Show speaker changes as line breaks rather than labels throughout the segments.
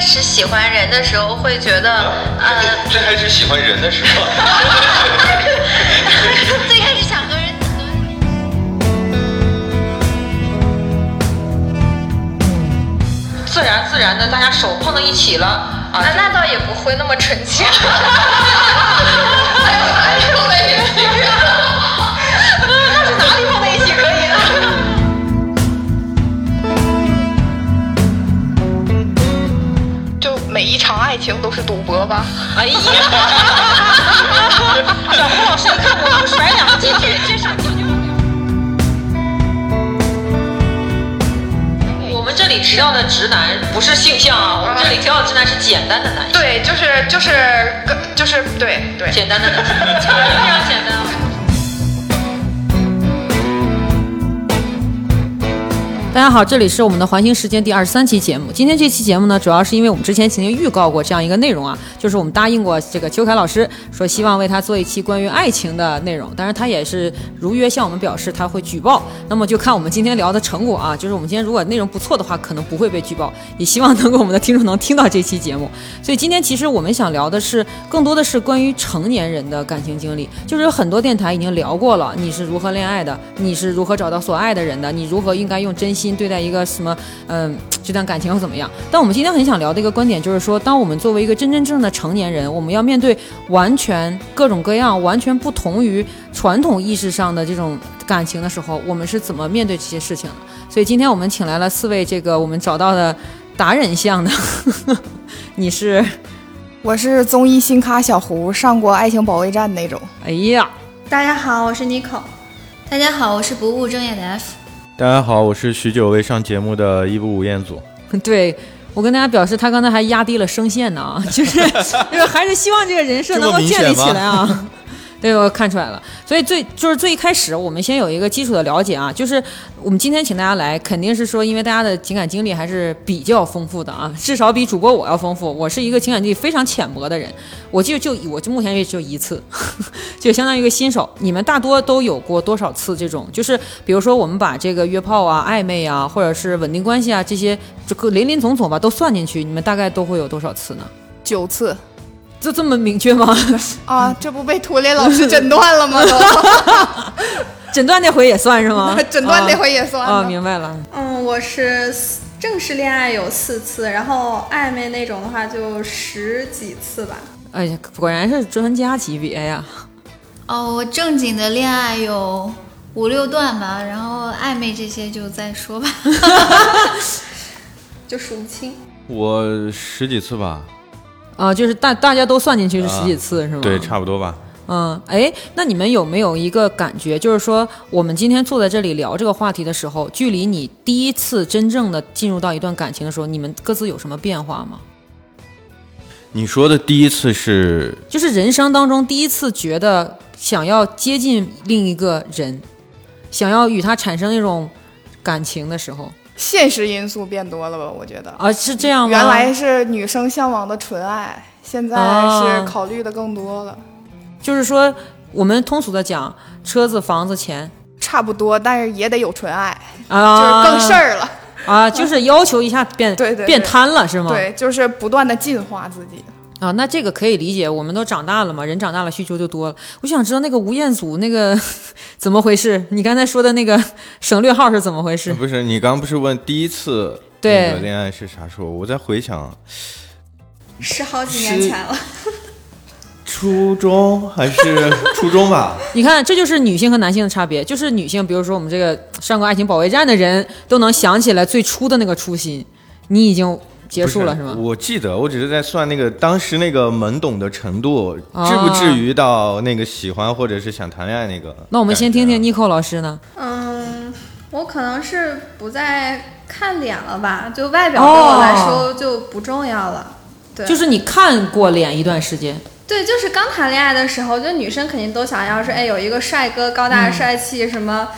始喜欢人的时候，会觉得，呃，
这还是喜欢人的时候。
最开始想和人。
自然自然的，大家手碰到一起了啊，
那那倒也不会那么纯情。
哎呦哎呦哎呦！那是哪里放在一起可以呢？
就每一场爱情都是赌博吧。
哎呀！ 小胡老师，你看我又甩两个进去，这是。我们这里提到的直男不是性向啊，我们这里提到的直男是简单的男性，
对，就是就是跟就是对对。
简单的男性，非常简单啊。
大家好，这里是我们的环形时间第二十三期节目。今天这期节目呢，主要是因为我们之前曾经预告过这样一个内容啊，就是我们答应过这个邱凯老师说，希望为他做一期关于爱情的内容。当然，他也是如约向我们表示他会举报。那么就看我们今天聊的成果啊，就是我们今天如果内容不错的话，可能不会被举报。也希望能够我们的听众能听到这期节目。所以今天其实我们想聊的是，更多的是关于成年人的感情经历，就是有很多电台已经聊过了，你是如何恋爱的，你是如何找到所爱的人的，你如何应该用真心对待一个什么，嗯、这段感情又怎么样？但我们今天很想聊的一个观点就是说，当我们作为一个真真正正的成年人，我们要面对完全各种各样、完全不同于传统意识上的这种感情的时候，我们是怎么面对这些事情的？所以今天我们请来了四位这个我们找到的达人像的， 你是。
我是综艺新咖小胡，上过《爱情保卫战》那种。
哎呀，
大家好，我是 Nico。
大家好，我是不务正业的 F。
大家好，我是许久未上节目的一部吴彦祖。
对我跟大家表示，他刚才还压低了声线呢啊， 就是就是还是希望这个人设能够建立起来啊。 对，我看出来了。所以最就是最一开始，我们先有一个基础的了解啊，就是我们今天请大家来，肯定是说，因为大家的情感经历还是比较丰富的啊，至少比主播我要丰富。我是一个情感经历非常浅薄的人，我记得就我就目前也只有一次，就相当于一个新手。你们大多都有过多少次这种？就是比如说我们把这个约炮啊、暧昧啊，或者是稳定关系啊这些，这个林林总总吧都算进去，你们大概都会有多少次 呢？
九次
就这么明确吗？
啊，这不被涂磊老师诊断了 吗？
诊断那回也算是吗
都？诊断那回也
啊
算
啊、
了
明白了。
嗯，我是四正式恋爱有四次，然后暧昧那种的话就十几次吧。
哎呀，果然是专家级别呀！
哦，我正经的恋爱有五六段吧，然后暧昧这些就再说吧。
就数不清，
我十几次吧，
啊，就是大大家都算进去是十几次、是吗？
啊对，差不多吧。
嗯，哎，那你们有没有一个感觉，就是说我们今天坐在这里聊这个话题的时候，距离你第一次真正的进入到一段感情的时候，你们各自有什么变化吗？
你说的第一次是
就是人生当中第一次觉得想要接近另一个人，想要与他产生一种感情的时候，
现实因素变多了吧？我觉得，
啊，是这样吗？
原来是女生向往的纯爱，现在
啊
是考虑的更多了。
就是说，我们通俗的讲，车子、房子、钱
差不多，但是也得有纯爱，就
啊，
是更事儿了。
啊，就是要求一下变
对对对
变贪了是吗？
对，就是不断的进化自己。
啊，那这个可以理解，我们都长大了嘛，人长大了需求就多了。我想知道那个吴彦祖那个 怎么回事？你刚才说的那个省略号是怎么回事？
呃不是你刚不是问第一次
对
那个恋爱是啥时候？我在回想
是好几年 前了。
初中还 是初中吧，
你看，这就是女性和男性的差别，就是女性，比如说我们这个上过《爱情保卫战》的人都能想起来最初的那个初心，你已经结束了
不
是吗？
我记得，我只是在算那个当时那个懵懂的程度，
啊
至不至于到那个喜欢或者是想谈恋爱那个。
那我们先听听
你，
Nico 老师呢？
嗯，我可能是不再看脸了吧，就外表对我来说就不重要了。对，
哦就是你看过脸一段时间，
对，就是刚谈恋爱的时候，就女生肯定都想要是，哎，有一个帅哥，高大帅气，什么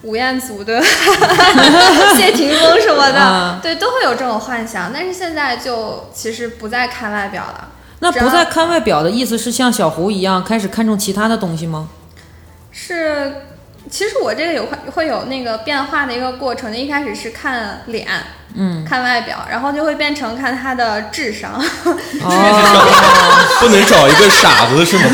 吴彦祖的、谢霆锋什么的，
啊
对，都会有这种幻想。但是现在就其实不再看外表了，
那
只
不
要
再看外表的意思是像小胡一样开始看重其他的东西 吗？
是。其实我这个有会会有那个变化的一个过程，就一开始是看脸，嗯，看外表，然后就会变成看他的智商。
哦啊
不能找一个傻子是吗？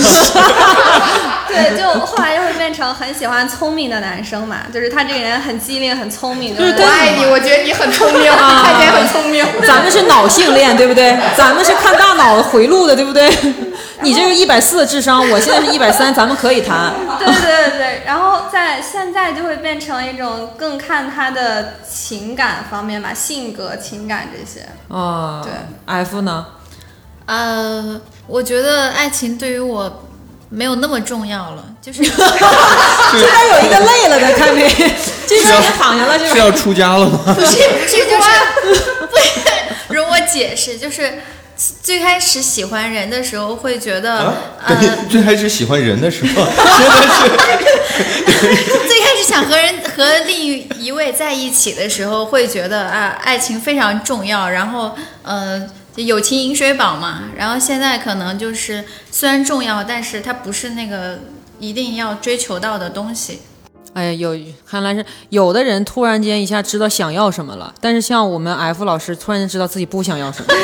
对，就后来就会变成很喜欢聪明的男生嘛，就是他这个人很机灵、很聪明，就是
我爱你，我觉得你很聪明，看起来很聪明。
咱们是脑性恋，对不对？咱们是看大脑回路的，对不对？ 你这是一百四的智商，我现在是一百三，咱们可以谈。
对对对对，然后在现在就会变成一种更看他的情感方面吧，性格、情感这些。
啊、
对
，F 呢？
呃，我觉得爱情对于我没有那么重要了，就是
这还有一个累了的， 看没？这边也躺下了，
是
啊
是吧？
要出家 了吗？
不是不是，就是不是，容我解释，就是最开始喜欢人的时候会觉得，
啊，
呃，
对，最开始喜欢人的时候，
最开始想和人和另一位在一起的时候，会觉得啊，爱情非常重要，然后呃，友情饮水饱嘛。然后现在可能就是虽然重要，但是它不是那个一定要追求到的东西。
哎，有，看来是有的人突然间一下知道想要什么了，但是像我们 F 老师突然间知道自己不想要什么。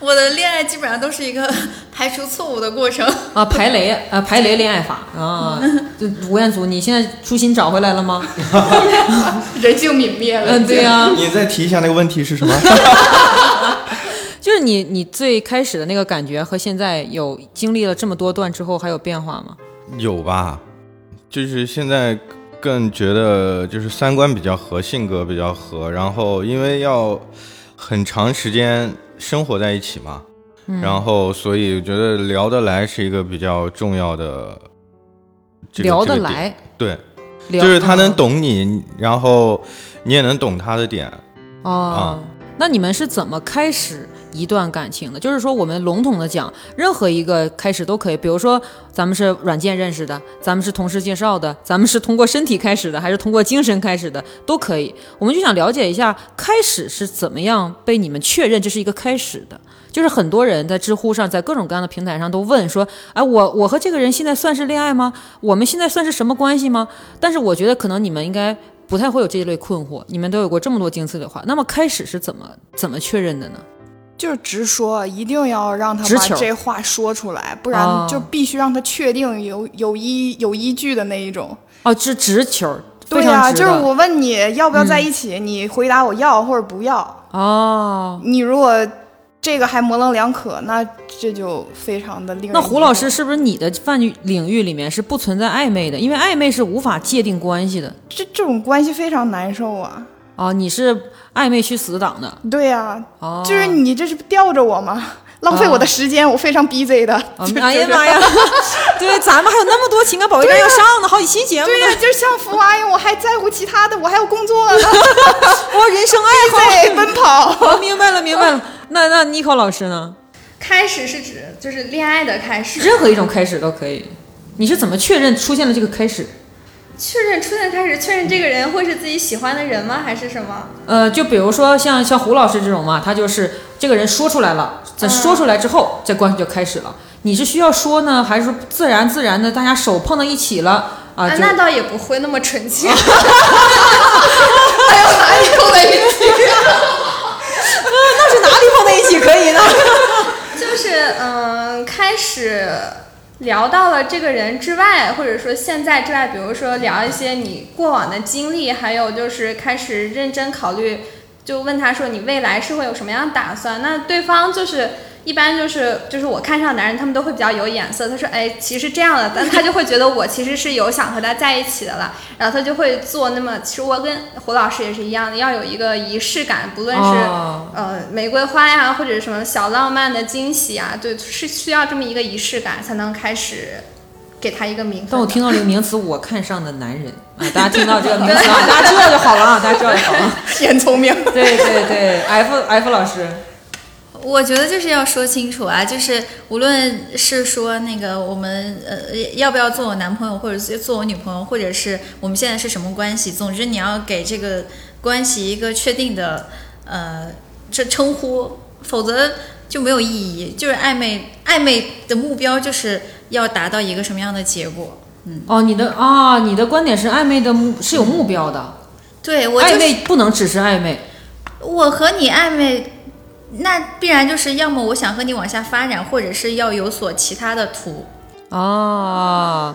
我的恋爱基本上都是一个排除错误的过程。
啊，排雷啊，排雷恋爱法 啊！这吴彦祖，你现在初心找回来了吗？
人性泯灭了。
嗯，对呀、
你再提一下那个问题是什么？
就是你，你最开始的那个感觉和现在有经历了这么多段之后还有变化吗？
有吧，就是现在更觉得就是三观比较合，性格比较合，然后因为要很长时间生活在一起嘛，
嗯
然后所以觉得聊得来是一个比较重要的、这个
聊得，
这个点
来，
对，
聊
就是他能懂你，然后你也能懂他的点。
哦。那你们是怎么开始一段感情的？就是说，我们笼统的讲，任何一个开始都可以。比如说，咱们是软件认识的，咱们是同事介绍的，咱们是通过身体开始的，还是通过精神开始的，都可以。我们就想了解一下，开始是怎么样被你们确认这是一个开始的。就是很多人在知乎上，在各种各样的平台上都问说，哎，我我和这个人现在算是恋爱吗？我们现在算是什么关系吗？但是我觉得可能你们应该不太会有这一类困惑，你们都有过这么多精彩的话，那么开始是怎么怎么确认的呢？
就是直说，一定要让他
直
把
球
这话说出来，不
哦
然就必须让他确定有有依有依据的那一种。
哦，这直球，非
对
常
呀、
直
就是
的嗯
我问你要不要在一起，你回答我要或者不要。
哦。
你如果这个还模棱两可，那这就非常的令人
那胡老
疑惑
师是不是你的范域领域里面是不存在暧昧的？因为暧昧是无法界定关系的
这这种关系非常难受啊。
哦，你是暧昧去死党的
对呀、
哦，
就是你这是吊着我吗？浪费我的时间，我非常 busy 的。
哦
就
哎呀
就是
妈呀！ 对，咱们还有那么多情感保卫战要上呢，好几期节目
对
呢
呀、。就像福娃一样，我还在乎其他的，我还有工作呢，
我哦人生爱好
在奔跑。
哦，明白了，明白了。那那 n i c o 老师呢？
开始是指就是恋爱的开始，
任何一种开始都可以。你是怎么确认出现了这个开始？
确认初恋开始，确认这个人会是自己喜欢的人吗？还是什么？
呃，就比如说像像胡老师这种嘛，他就是这个人说出来了，在说出来之后，这关系就开始了。你是需要说呢，还是自然自然的大家手碰到一起了啊？
啊，
就
那倒也不会那么纯 情。
那是哪里碰在一起可以呢？
就是嗯，开始聊到了这个人之外，或者说现在之外，比如说聊一些你过往的经历，还有就是开始认真考虑，就问他说你未来是会有什么样的打算？那对方就是。一般就是就是我看上的男人，他们都会比较有眼色。他说：“哎，其实这样的，但他就会觉得我其实是有想和他在一起的了。”然后他就会做那么，其实我跟胡老师也是一样的，要有一个仪式感，不论是、
哦
呃玫瑰花呀，或者什么小浪漫的惊喜啊，对，是需要这么一个仪式感才能开始给他一个名分的。
当我听到这个名词，我看上的男人啊，大家听到这个名词啊，大家知道就好了啊，大家知道就好了。
眼聪明。
对对对，F F 老师，
我觉得就是要说清楚啊，就是无论是说那个我们呃要不要做我男朋友，或者是做我女朋友，或者是我们现在是什么关系，总之你要给这个关系一个确定的呃这称呼，否则就没有意义。就是暧昧，暧昧的目标就是要达到一个什么样的结果。
哦哦，你的啊，你的观点是暧昧的目是有目标的，
对我
暧
就
昧
是
不能只是暧昧，
我和你暧昧，那必然就是要么我想和你往下发展，或者是要有所其他的图。
哦，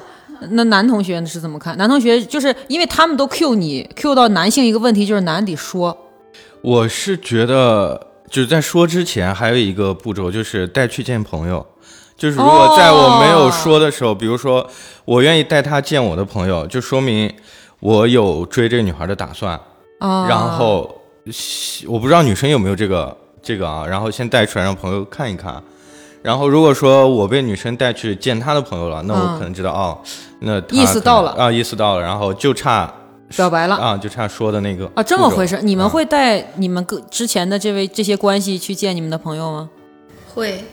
那男同学是怎么看？男同学就是因为他们都 Q 你，Q 到男性一个问题就是男得说，
我是觉得，就是在说之前还有一个步骤，就是带去见朋友。就是如果在我没有说的时候，比如说我愿意带她见我的朋友，就说明我有追这个女孩的打算。
啊、
然后西我不知道女生有没有这个这个啊，然后先带出来让朋友看一看。然后如果说我被女生带去见她的朋友了，那我
嗯
可能知道、哦，那她
意思
可能
到了
啊，意思到了，然后就差
表白了
啊，就差说的那个
啊，这么回事
步？骤
你们
啊
会带你们个之前的这位这些关系去见你们的朋友吗？
会，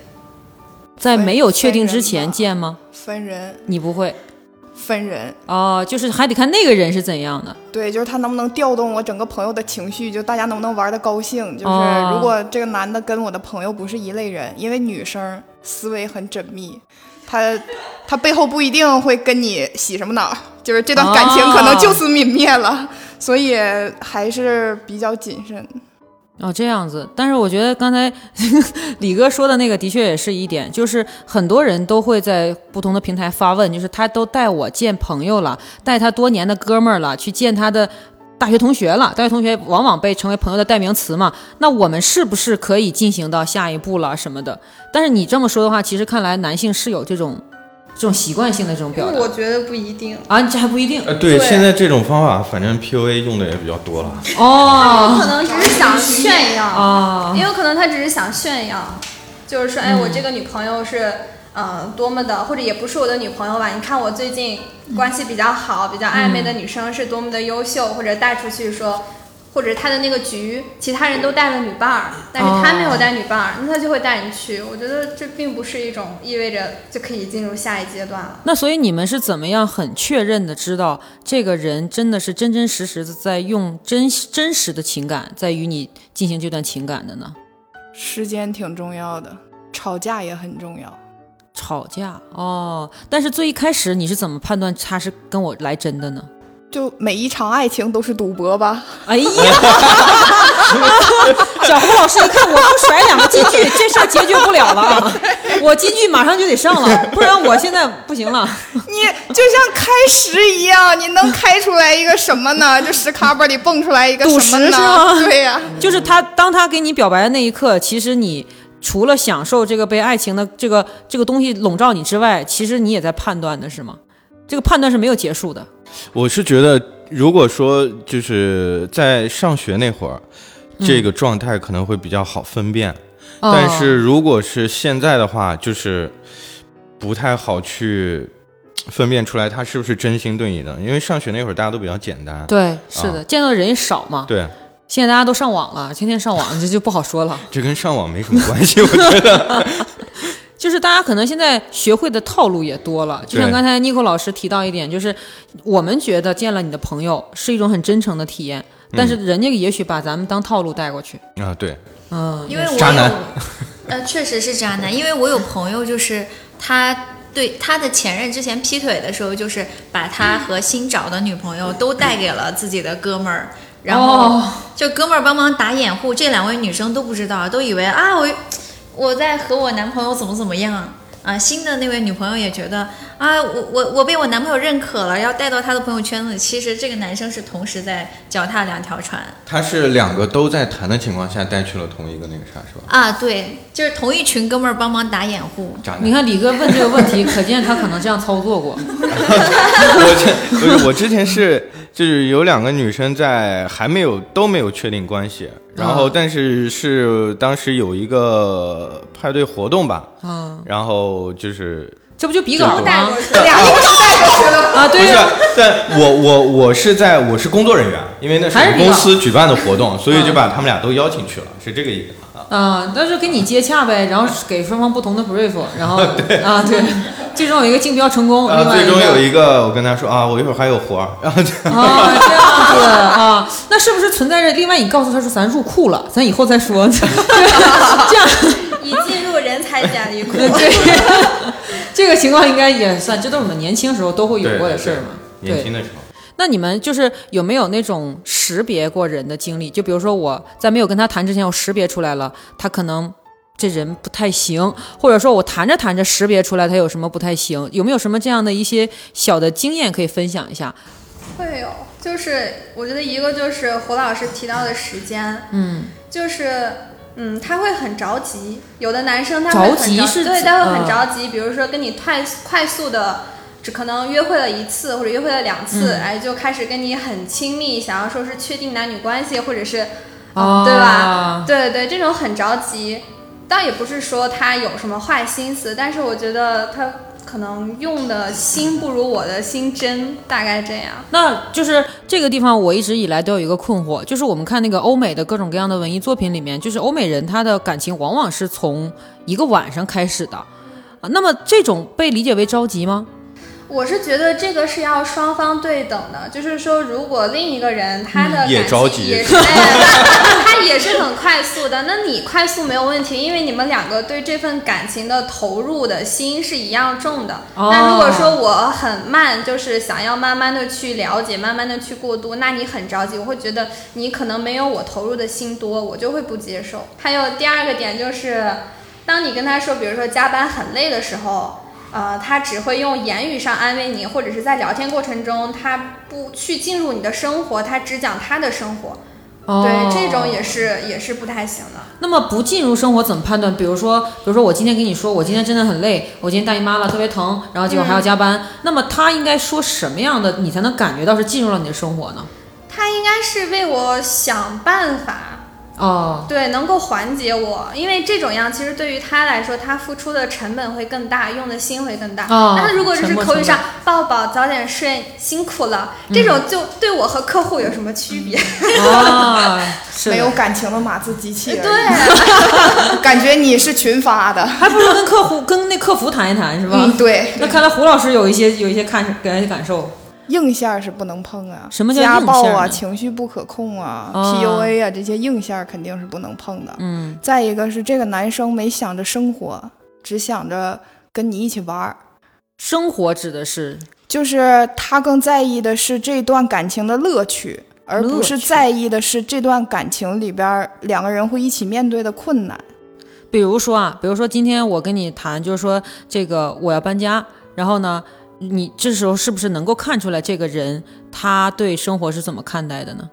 在
分
没有确
分
定
人
之前
吧
见吗？
分人
你不会
分人，
哦，就是还得看那个人是怎样的。
对，就是他能不能调动我整个朋友的情绪，就大家能不能玩的高兴。就是
哦
如果这个男的跟我的朋友不是一类人，因为女生思维很缜密，她她背后不一定会跟你洗什么脑儿，就是这段感情可能就此泯灭了，所以还是比较谨慎。
哦，这样子，但是我觉得刚才 李哥说的那个的确也是一点，就是很多人都会在不同的平台发问，就是他都带我见朋友了，带他多年的哥们儿了，去见他的大学同学了，大学同学往往被成为朋友的代名词嘛。那我们是不是可以进行到下一步了什么的？但是你这么说的话，其实看来男性是有这种这种习惯性的这种表达
我觉得不一定。
啊，这还不一定
呃，对，
对
现在这种方法，反正 PUA 用的也比较多了。
哦
可能只是想炫耀，
啊
也有可能他只是想炫耀，就是说，哎，我这个女朋友是。嗯，多么的，或者也不是我的女朋友吧？你看我最近关系比较好、比较暧昧的女生是多么的优秀，或者带出去说，或者他的那个局，其他人都带了女伴儿，但是他没有带女伴儿，那他就会带你去。我觉得这并不是一种意味着就可以进入下一阶段了。
那所以你们是怎么样很确认的知道这个人真的是真真实实的在用真真实的情感在与你进行这段情感的呢？
时间挺重要的，吵架也很重要。
吵架哦，但是最一开始你是怎么判断他是跟我来真的呢？
就每一场爱情都是赌博吧，
哎呀， 小胡老师一看我不甩两个金句，这事儿解决不了了 啊！我金句马上就得上了，不然我现在不行了。
你就像开石一样，你能开出来一个什么 呢？就石卡巴里蹦出来一个
赌
什
石
么
是吗
呢？对呀、
就是他，当他给你表白的那一刻，其实你除了享受这个被爱情的这个这个东西笼罩你之外，其实你也在判断的是吗？这个判断是没有结束的。
我是觉得，如果说就是在上学那会儿，这个状态可能会比较好分辨。
哦
但是如果是现在的话，就是不太好去呃分辨出来他是不是真心对你的，因为上学那会儿大家都比较简单。
对，是的，见到的人也少嘛。，
啊对，
现在大家都上网了，天天上网，这就不好说 了。
这跟上网没什么关系，我觉 得。
就是大家可能现在学会的套路也多了，就像
对
刚才 Nico 老师提到一点，就是我们觉得见了你的朋友是一种很真诚的体验，但是
嗯
人家也许把咱们当套路带过去。
啊，对，
嗯，
因为我有
渣男，
呃，确实是渣男，因为我有朋友就是他。对他的前任之前劈腿的时候，就是把他和新找的女朋友都带给了自己的哥们儿，然后
哦
就哥们儿帮忙打掩护，这两位女生都不知道，都以为啊我我在和我男朋友怎么怎么样啊。新的那位女朋友也觉得啊我我我被我男朋友认可了，要带到他的朋友圈子里。其实这个男生是同时在脚踏两条船
他是两个都在谈的情况下带去了同一个那个啥，是吧？
啊，对，就是同一群哥们儿帮忙打掩护。
渣男，
你看李哥问这个问题，可见他可能这样操作过。
我这不是我之前是就是有两个女生在还没有都没有确定关系，然后
啊
但是是当时有一个派对活动吧，
啊，
然后就是
这不就比稿
都带
吗
过？去
俩人都带过去了。
啊，
不
对
是
呀、，
但我我我是在我是工作人员，因为那是
还是嗯
我
比较
们公司举办的活动，所以就把他们俩都邀请去了，是这个意思啊。
啊，那就跟你接洽呗，然后给双方不同的 brief，然后啊，对，啊最终有一个竞标成功，
然
哦另
后
外
啊最终有
一
一个我跟他说啊，我一会儿还有活儿，然后就
个啊，这样子啊，那是不是存在着另外你告诉他说咱入库了，咱以后再 说，这样
一进入人才简历库，
对，这个情况应该也算，这都是我们年轻时候都会有
对
过的
对
事儿
对
嘛，
年轻
对。
的时候。
那你们就是有没有那种识别过人的经历？就比如说我在没有跟他谈之前，我识别出来了，他可能这人不太行，或者说我谈着谈着识别出来他有什么不太行，有没有什么这样的一些小的经验可以分享一下？
会有，就是我觉得一个就是胡老师提到的时间，
嗯，
就是嗯，他会很着急。有的男生他会很
着急是
对，
指嗯
他会很着急。比如说跟你快快速的，只可能约会了一次或者约会了两次，
嗯
哎，就开始跟你很亲密，想要说是确定男女关系，或者是，
哦
嗯对吧？对对，这种很着急。倒也不是说他有什么坏心思，但是我觉得他可能用的心不如我的心真，大概这样。
那就是这个地方，我一直以来都有一个困惑，就是我们看那个欧美的各种各样的文艺作品里面，就是欧美人他的感情往往是从一个晚上开始的，啊，那么这种被理解为着急吗？
我是觉得这个是要双方对等的，就是说，如果另一个人他的感
嗯也
情
着急
也是哎他也是很快速的，那你快速没有问题，因为你们两个对这份感情的投入的心是一样重的。
哦
那如果说我很慢，就是想要慢慢的去了解，慢慢的去过渡，那你很着急，我会觉得你可能没有我投入的心多，我就会不接受。还有第二个点就是，当你跟他说，比如说加班很累的时候，呃，他只会用言语上安慰你，或者是在聊天过程中，他不去进入你的生活，他只讲他的生活，
哦
对，这种也是也是不太行的。
那么不进入生活怎么判断？比如说，比如说我今天跟你说，我今天真的很累，我今天大姨妈了，特别疼，然后结果还要加班。那么他应该说什么样的，你才能感觉到是进入了你的生活呢？
他应该是为我想办法，
哦，
对，能够缓解我，因为这种样其实对于他来说，他付出的成本会更大，用的心会更大。
哦
那如果只
沉
是
默
口
成嗯
语上抱抱，早点睡，辛苦了，这种就对我和客户有什么区别？
啊，是的
没有感情的码字机器 而已，
对，
感觉你是群发的。
还不如跟客户跟那客服谈一谈，是吧？
嗯，。对，
那看来胡老师有一些有一些看给人的感受，
硬线儿是不能碰啊，
什么叫
家
硬
暴
线儿
啊、
呢
情绪不可控啊、
哦
PUA 啊这些硬线儿肯定是不能碰的。
嗯，
再一个是这个男生没想着生活，只想着跟你一起玩儿，
生活指的是
就是他更在意的是这段感情的乐趣，而不是
乐趣
在意的是这段感情里边儿两个人会一起面对的困难。
比如说啊，比如说今天我跟你谈，就是说这个我要搬家，然后呢，你这时候是不是能够看出来这个人他对生活是怎么看待的呢？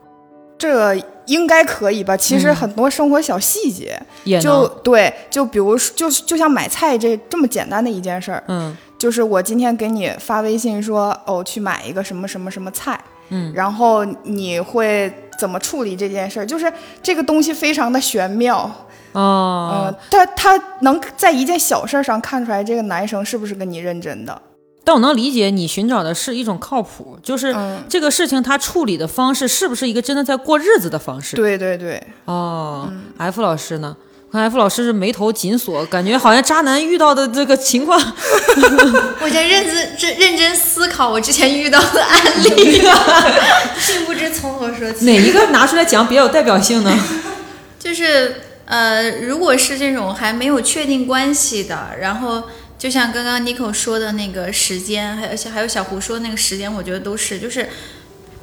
这个应该可以吧？其实
嗯
很多生活小细节，
也
就
能，
对，就比如说，就就像买菜这这么简单的一件事儿，
嗯
就是我今天给你发微信说，哦，去买一个什么什么什么菜，
嗯，
然后你会怎么处理这件事儿？就是这个东西非常的玄妙，嗯、
哦。
但他能在一件小事儿上看出来这个男生是不是跟你认真的。
但我能理解你寻找的是一种靠谱，就是
嗯
这个事情他处理的方式是不是一个真的在过日子的方式？
对嗯对对，
哦、f 老师呢？我看 F 老师是眉头紧锁，感觉好像渣男遇到的这个情况，
我在认真认认真思考我之前遇到的案例， 竟不知从何说起。
哪一个拿出来讲比较有代表性呢？
就是呃，如果是这种还没有确定关系的，然后就像刚刚 Nico 说的那个时间，还有还有小胡说那个时间，我觉得都是就是，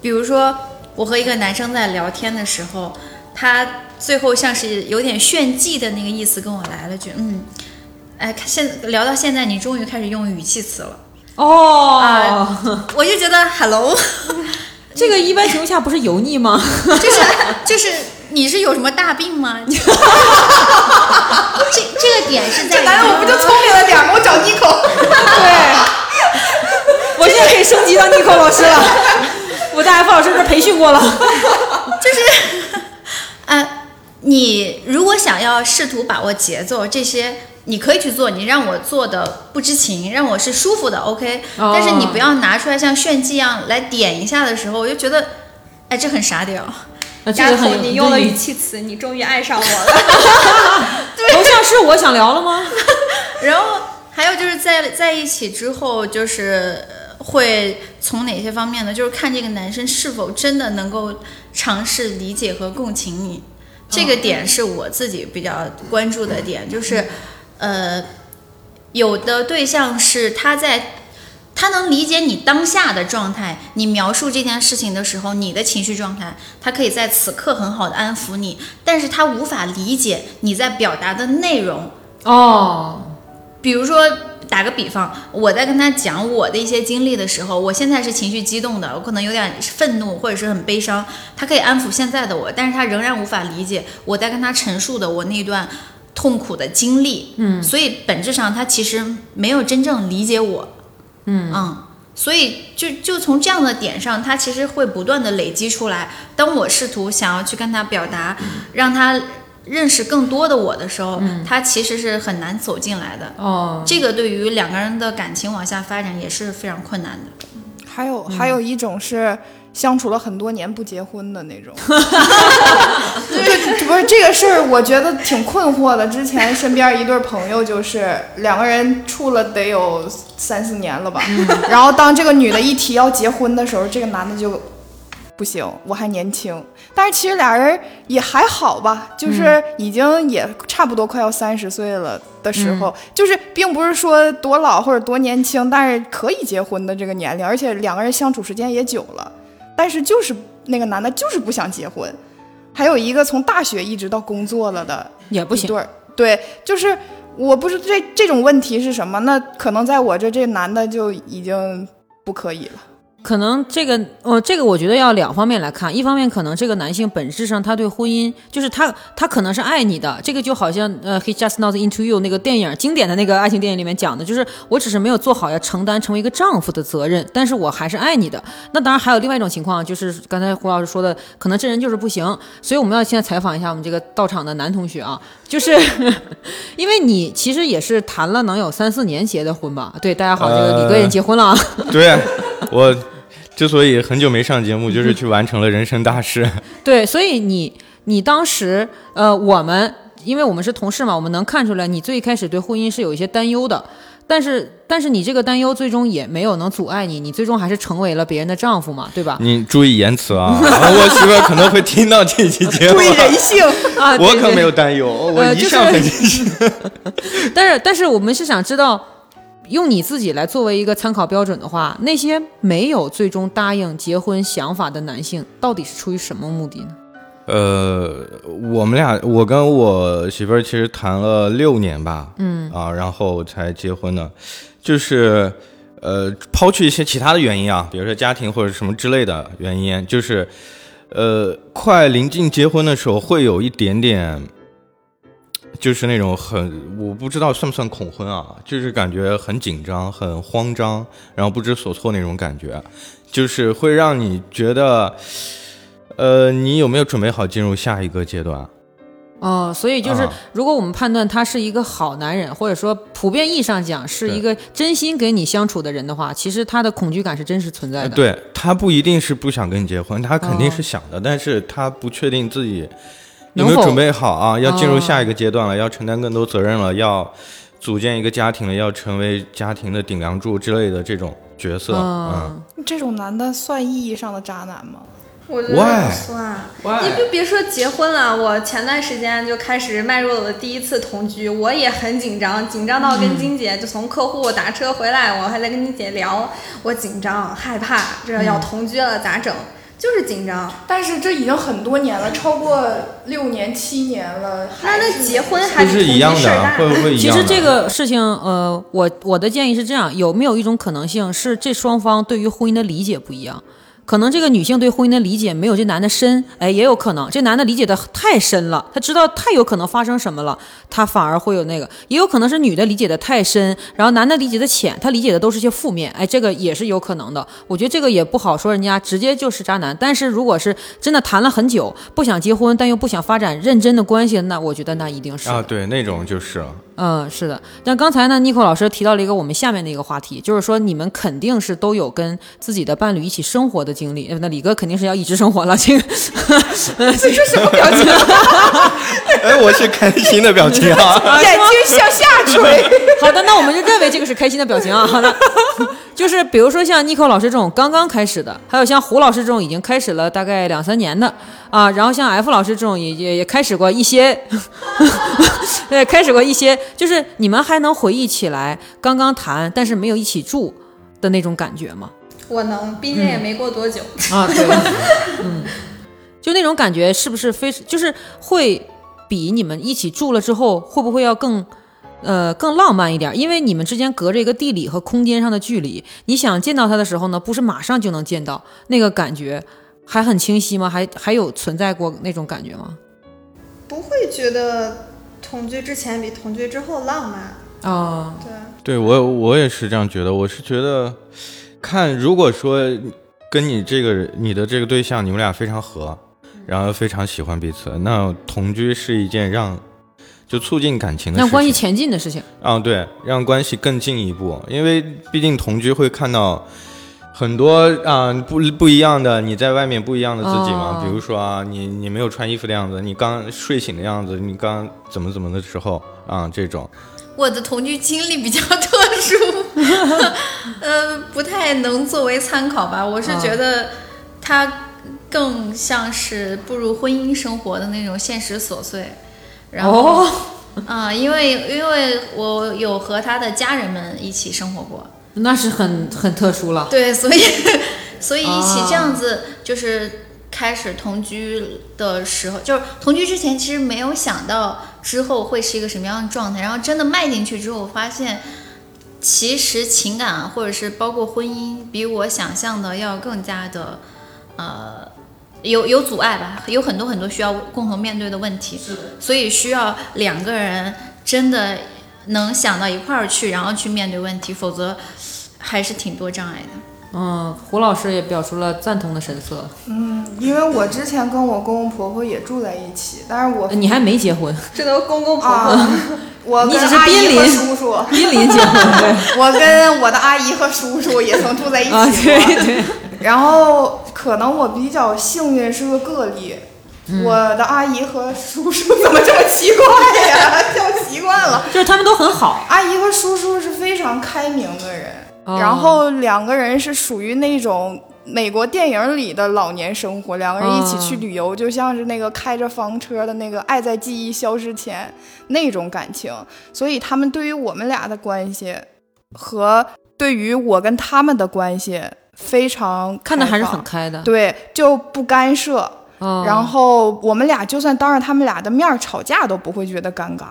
比如说我和一个男生在聊天的时候，他最后像是有点炫技的那个意思跟我来了句，嗯。哎，看现聊到现在，你终于开始用语气词了，
哦、
呃
我就觉得 hello，
这个一般情况下不是油腻 吗？
就是就是你是有什么大病 吗？这这个点是在于
男哎人我不就聪明了点儿吗？我找 Nico，
我现在可以升级到 Nico 老师了，我在 F 老师这儿培训过了。
呃，你如果想要试图把握节奏，这些你可以去做，你让我做的不知情，让我是舒服的，OK、
哦
但是你不要拿出来像炫技一样来点一下的时候，我就觉得，哎，这很傻屌。
啊这
家
个
伙，
很
你用了
这
语
个
气词，你终于爱上我了。
头像是我想聊了吗？
然后还有就是在在一起之后，就是呃会从哪些方面呢？就是看这个男生是否真的能够尝试理解和共情你，这个点是我自己比较关注的点，就是呃，有的对象是他在。他能理解你当下的状态，你描述这件事情的时候，你的情绪状态，他可以在此刻很好的安抚你，但是他无法理解你在表达的内容。
哦，
比如说，打个比方，我在跟他讲我的一些经历的时候，我现在是情绪激动的，我可能有点愤怒或者是很悲伤，他可以安抚现在的我，但是他仍然无法理解我在跟他陈述的我那段痛苦的经历。嗯，所以本质上他其实没有真正理解我。嗯所以就就从这样的点上，他其实会不断的累积出来。当我试图想要去跟他表达，让他认识更多的我的时候，他其实是很难走进来的。
哦，
这个对于两个人的感情往下发展也是非常困难的。
还有还有一种是相处了很多年不结婚的那种，对，不是这个事儿，我觉得挺困惑的。之前身边一对朋友就是两个人处了得有三四年了吧，然后当这个女的一提要结婚的时候，这个男的就不行，我还年轻。但是其实俩人也还好吧，就是已经也差不多快要三十岁了的时
嗯
候，就是并不是说多老或者多年轻，但是可以结婚的这个年龄，而且两个人相处时间也久了，但是就是那个男的就是不想结婚。还有一个从大学一直到工作了的
嗯也不
一
行
对，儿，对，就是我不知道这这种问题是什么，那可能在我这这男的就已经不可以了。
可能这个，呃，这个我觉得要两方面来看，一方面可能这个男性本质上他对婚姻，就是他他可能是爱你的，这个就好像呃《He Just Not Into You》那个电影经典的那个爱情电影里面讲的，就是我只是没有做好要承担成为一个丈夫的责任，但是我还是爱你的。那当然还有另外一种情况，就是刚才胡老师说的，可能这人就是不行，所以我们要现在采访一下我们这个到场的男同学啊，就是 因为你其实也是谈了能有三四年结的婚吧？对，大家好，这个李哥也结婚了啊。
对，我之所以很久没上节目，就是去完成了人生大事。
对，所以你你当时呃，我们因为我们是同事嘛，我们能看出来你最开始对婚姻是有一些担忧的，但是但是你这个担忧最终也没有能阻碍你，你最终还是成为了别人的丈夫嘛，对吧？
你注意言辞啊！ 我媳妇儿可能会听到这期节目
注，意人性，
啊，
我
对
可
对
没有担忧，我
呃
一
就是
向很谨慎。
但是，但是我们是想知道，用你自己来作为一个参考标准的话，那些没有最终答应结婚想法的男性，到底是出于什么目的呢？
呃，我们俩，我跟我媳妇儿其实谈了六年吧，嗯啊，然后才结婚的，就是呃，抛去一些其他的原因啊，比如说家庭或者什么之类的原因，就是呃，快临近结婚的时候，会有一点点，就是那种很，我不知道算不算恐婚啊，就是感觉很紧张、很慌张，然后不知所措那种感觉，就是会让你觉得。呃，你有没有准备好进入下一个阶段？
哦，所以就是
啊，
如果我们判断他是一个好男人，或者说普遍意义上讲是一个真心跟你相处的人的话，其实他的恐惧感是真实存在
呃
的。，
对他不一定是不想跟你结婚，他肯定
哦
是想的，但是他不确定自己有
能
没有
否
准备好啊，要进
哦
入下一个阶段了，要承担更多责任了，要组建一个家庭了，要成为家庭的顶梁柱之类的这啊种角色。
嗯，
这种男的算意义上的渣男吗？
我觉得不
Why？
算。你就别说结婚了，我前段时间就开始迈入了我的第一次同居，我也很紧张，紧张到跟金姐就从客户打车回来，我还在跟金姐聊，我紧张害怕，这要同居了咋整？就是紧张。
但是这已经很多年了，超过六年、七年了。
那那结婚
不
还
是
同
一
居
样
事儿
的，啊
大
会不会一
其
样
实
的？
这个事情，呃，我我的建议是这样：有没有一种可能性是这双方对于婚姻的理解不一样？可能这个女性对婚姻的理解没有这男的深，哎，也有可能这男的理解的太深了，他知道太有可能发生什么了，他反而会有那个，也有可能是女的理解的太深，然后男的理解的浅，他理解的都是些负面，哎，这个也是有可能的。我觉得这个也不好说人家直接就是渣男，但是如果是真的谈了很久，不想结婚但又不想发展认真的关系，那我觉得那一定是
啊，对，那种就是
嗯，是的。但刚才呢，Nico 老师提到了一个我们下面的一个话题，就是说你们肯定是都有跟自己的伴侣一起生活的经历。呃那李哥肯定是要一直生活了，这个这是什么表情？啊
哎，我是开心的表 情啊。
眼睛向下垂，
好的，那我们就认为这个是开心的表情啊。 好的，就是比如说像 Nico 老师这种刚刚开始的，还有像胡老师这种已经开始了大概两三年的啊，然后像 F 老师这种也也也开始过一些， 对，开始过一些，就是你们还能回忆起来刚刚谈，但是没有一起住。的那种感觉吗？
我能，毕竟也没过多久。
啊，对，嗯，就那种感觉是不是非就是会比你们一起住了之后会不会要更呃更浪漫一点？因为你们之间隔着一个地理和空间上的距离，你想见到他的时候呢，不是马上就能见到，那个感觉还很清晰吗？还还有存在过那种感觉吗？
不会觉得同居之前比同居之后浪漫，
啊，
对，
对我我也是这样觉得，我是觉得看如果说跟你这个人你的这个对象你们俩非常合，然后非常喜欢彼此，那同居是一件让就促进感情的事
让
情，
关系前进的事情。
啊，对，让关系更进一步，因为毕竟同居会看到很多啊、不不一样的你在外面不一样的自己
哦
嘛，比如说啊，你你没有穿衣服的样子，你刚睡醒的样子，你刚怎么怎么的时候啊，这种
我的同居经历比较特殊，呃，不太能作为参考吧。我是觉得它更像是步入婚姻生活的那种现实琐碎，然后
哦，
啊、因为因为我有和他的家人们一起生活过，
那是很很特殊了。
对，所以所以一起
哦
这样子就是开始同居的时候，就是同居之前其实没有想到之后会是一个什么样的状态，然后真的迈进去之后，我发现其实情感啊或者是包括婚姻，比我想象的要更加的呃。有有阻碍吧，有很多很多需要共同面对的问题，所以需要两个人真的能想到一块儿去，然后去面对问题，否则还是挺多障碍的。
嗯，胡老师也表出了赞同的神色。
因为我之前跟我公公婆婆也住在一起，但是我
呃你还没结婚，
这都公公婆婆，
啊， 我
你
跟
只是
阿
濒
姨和
临
叔叔，
濒临结婚，对。
我跟我的阿姨和叔叔也曾住在一起过。
啊，对对，
然后可能我比较幸运是个个例，
嗯
我的阿姨和叔叔怎么这么奇怪呀？ 叫习惯了。
就是他们都很好。
阿姨和叔叔是非常开明的人，
哦
然后两个人是属于那种。美国电影里的老年生活，两个人一起去旅游，就像是那个开着房车的那个《爱在记忆消失前》那种感情，所以他们对于我们俩的关系和对于我跟他们的关系非常
看的还是很
开
开的
放，。对，就不干涉。
哦
然后我们俩就算当着他们俩的面儿吵架都不会觉得尴尬，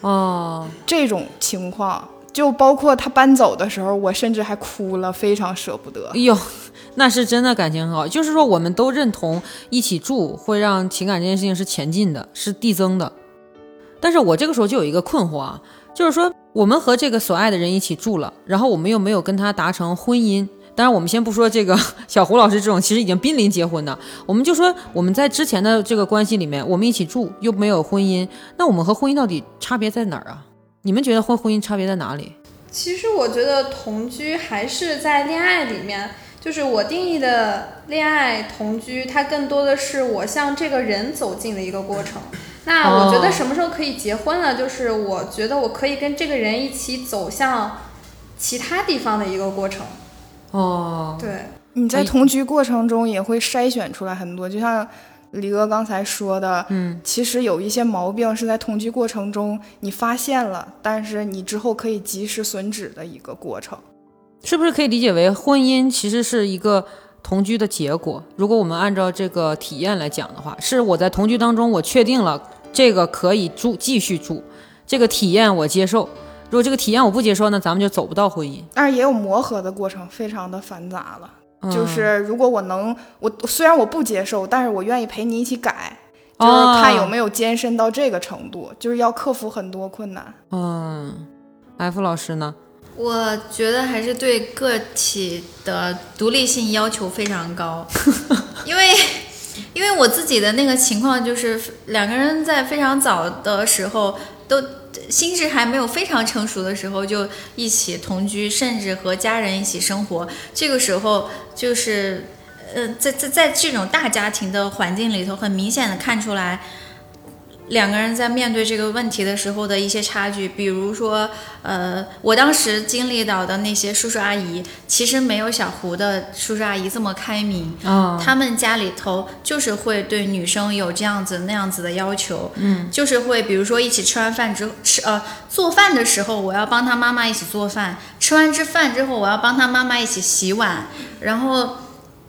哦，
这种情况，就包括他搬走的时候，我甚至还哭了，非常舍不得
哎。呦， 那是真的感情很好。就是说，我们都认同一起住会让情感这件事情是前进的，是递增的。但是我这个时候就有一个困惑啊，就是说我们和这个所爱的人一起住了，然后我们又没有跟他达成婚姻。当然，我们先不说这个 小胡老师这种其实已经濒临结婚的，我们就说我们在之前的这个关系里面，我们一起住又没有婚姻，那我们和婚姻到底差别在哪儿啊？你们觉得婚婚姻差别在哪里？
其实我觉得同居还是在恋爱里面，就是我定义的恋爱同居，它更多的是我向这个人走近的一个过程。那
哦
我觉得什么时候可以结婚呢？就是我觉得我可以跟这个人一起走向其他地方的一个过程。
哦，
对，
你在
哎
同居过程中也会筛选出来很多，就像李哥刚才说的，嗯，其实有一些毛病是在同居过程中你发现了，但是你之后可以及时损止的一个过程。
是不是可以理解为婚姻其实是一个同居的结果？如果我们按照这个体验来讲的话，是我在同居当中我确定了这个可以住继续住，这个体验我接受。如果这个体验我不接受，那咱们就走不到婚姻。
但是也有磨合的过程，非常的繁杂了。
嗯
就是如果我能，我虽然我不接受，但是我愿意陪你一起改，就
哦
是看有没有艰深到这个程度，就是要克服很多困难。
嗯，F 老师 呢？
我觉得还是对个体的独立性要求非常高，因为因为我自己的那个情况就是两个人在非常早的时候都心智还没有非常成熟的时候就一起同居，甚至和家人一起生活，这个时候就是。呃，在在在这种大家庭的环境里头，很明显的看出来，两个人在面对这个问题的时候的一些差距，比如说，呃，我当时经历到的那些叔叔阿姨，其实没有小胡的叔叔阿姨这么开明，
啊、
他们家里头就是会对女生有这样子那样子的要求，
嗯，
就是会比如说一起吃完饭之后吃呃做饭的时候，我要帮他妈妈一起做饭，吃完之饭之后，我要帮他妈妈一起洗碗，然后。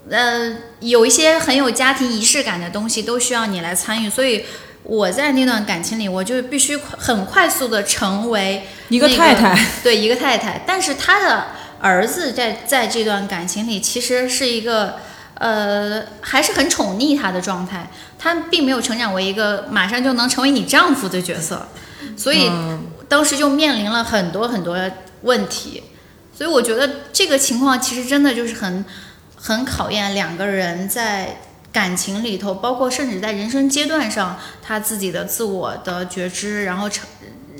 呃，有一些很有家庭仪式感的东西都需要你来参与，所以我在那段感情里，我就必须快很快速的成为
一个
那
太太，
对一个太太。但是他的儿子在在这段感情里，其实是一个呃还是很宠溺他的状态，他并没有成长为一个马上就能成为你丈夫的角色，所以当时就面临了很多很多问题。所以我觉得这个情况其实真的就是很很考验两个人在感情里头，包括甚至在人生阶段上，他自己的自我的觉知，然后成，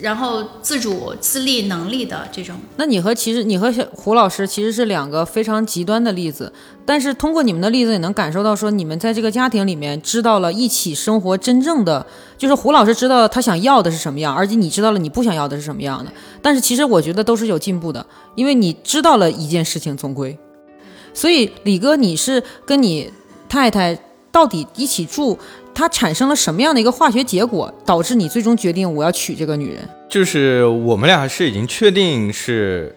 然后自主自立能力的这种。
那你和其实你和小胡老师其实是两个非常极端的例子，但是通过你们的例子，也能感受到说你们在这个家庭里面知道了一起生活真正的，就是胡老师知道了他想要的是什么样，而且你知道了你不想要的是什么样的。但是其实我觉得都是有进步的，因为你知道了一件事情总归。所以李哥，你是跟你太太到底一起住，它产生了什么样的一个化学结果，导致你最终决定我要娶这个女人？
就是我们俩是已经确定是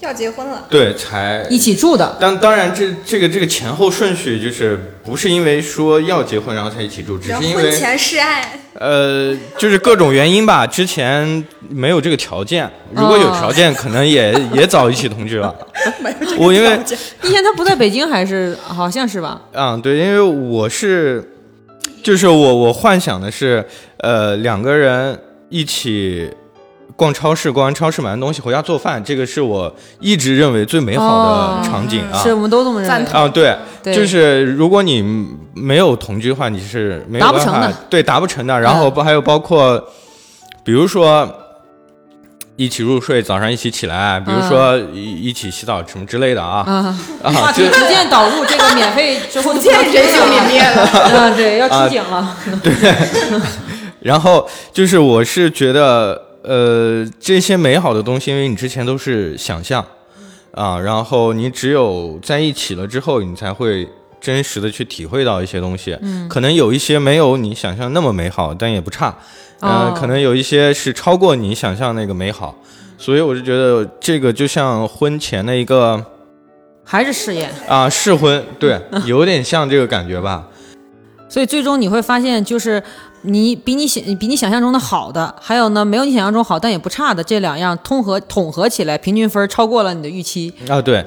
要结婚了，
对才
一起住的，
当当然这，这个这个前后顺序就是不是因为说要结婚然后才一起住，只
然
是
后
因
婚
为
前示爱，
呃，就是各种原因吧。之前没有这个条件，如果有条件，
哦
可能也也早一起同 居了。我因为
以前他不在北京，还是好像是吧？
嗯，对，因为我是，就是我我幻想的是，呃，两个人一起逛超市，逛完超市买完东西回家做饭，这个是我一直认为最美好
哦
的场景啊。
是我们都这么认
赞
为
同。
啊，对，
对
就是如果你嗯没有同居的话，你是没有
达不
办
成
法
的嗯
对，达不成的。然后包还有包括，比如说一起入睡，早上一起起来，比如
嗯
说一一起洗澡什么之类的啊
啊，
啊，
话
就
题逐渐导入这个免费之 后，逐渐
人性泯灭了。
啊，对，要出警了。
然后就是我是觉得，呃，这些美好的东西，因为你之前都是想象啊，然后你只有在一起了之后，你才会真实的去体会到一些东西。嗯，可能有一些没有你想象那么美好，但也不差。嗯、
哦
可能有一些是超过你想象那个美好，所以我是觉得这个就像婚前的一个
还是试验，
啊试婚，对，有点像这个感觉吧。
所以最终你会发现，就是你比你想比你想象中的好的，还有呢没有你想象中好但也不差的这两样，通合统合起来，平均分超过了你的预期，
啊，对，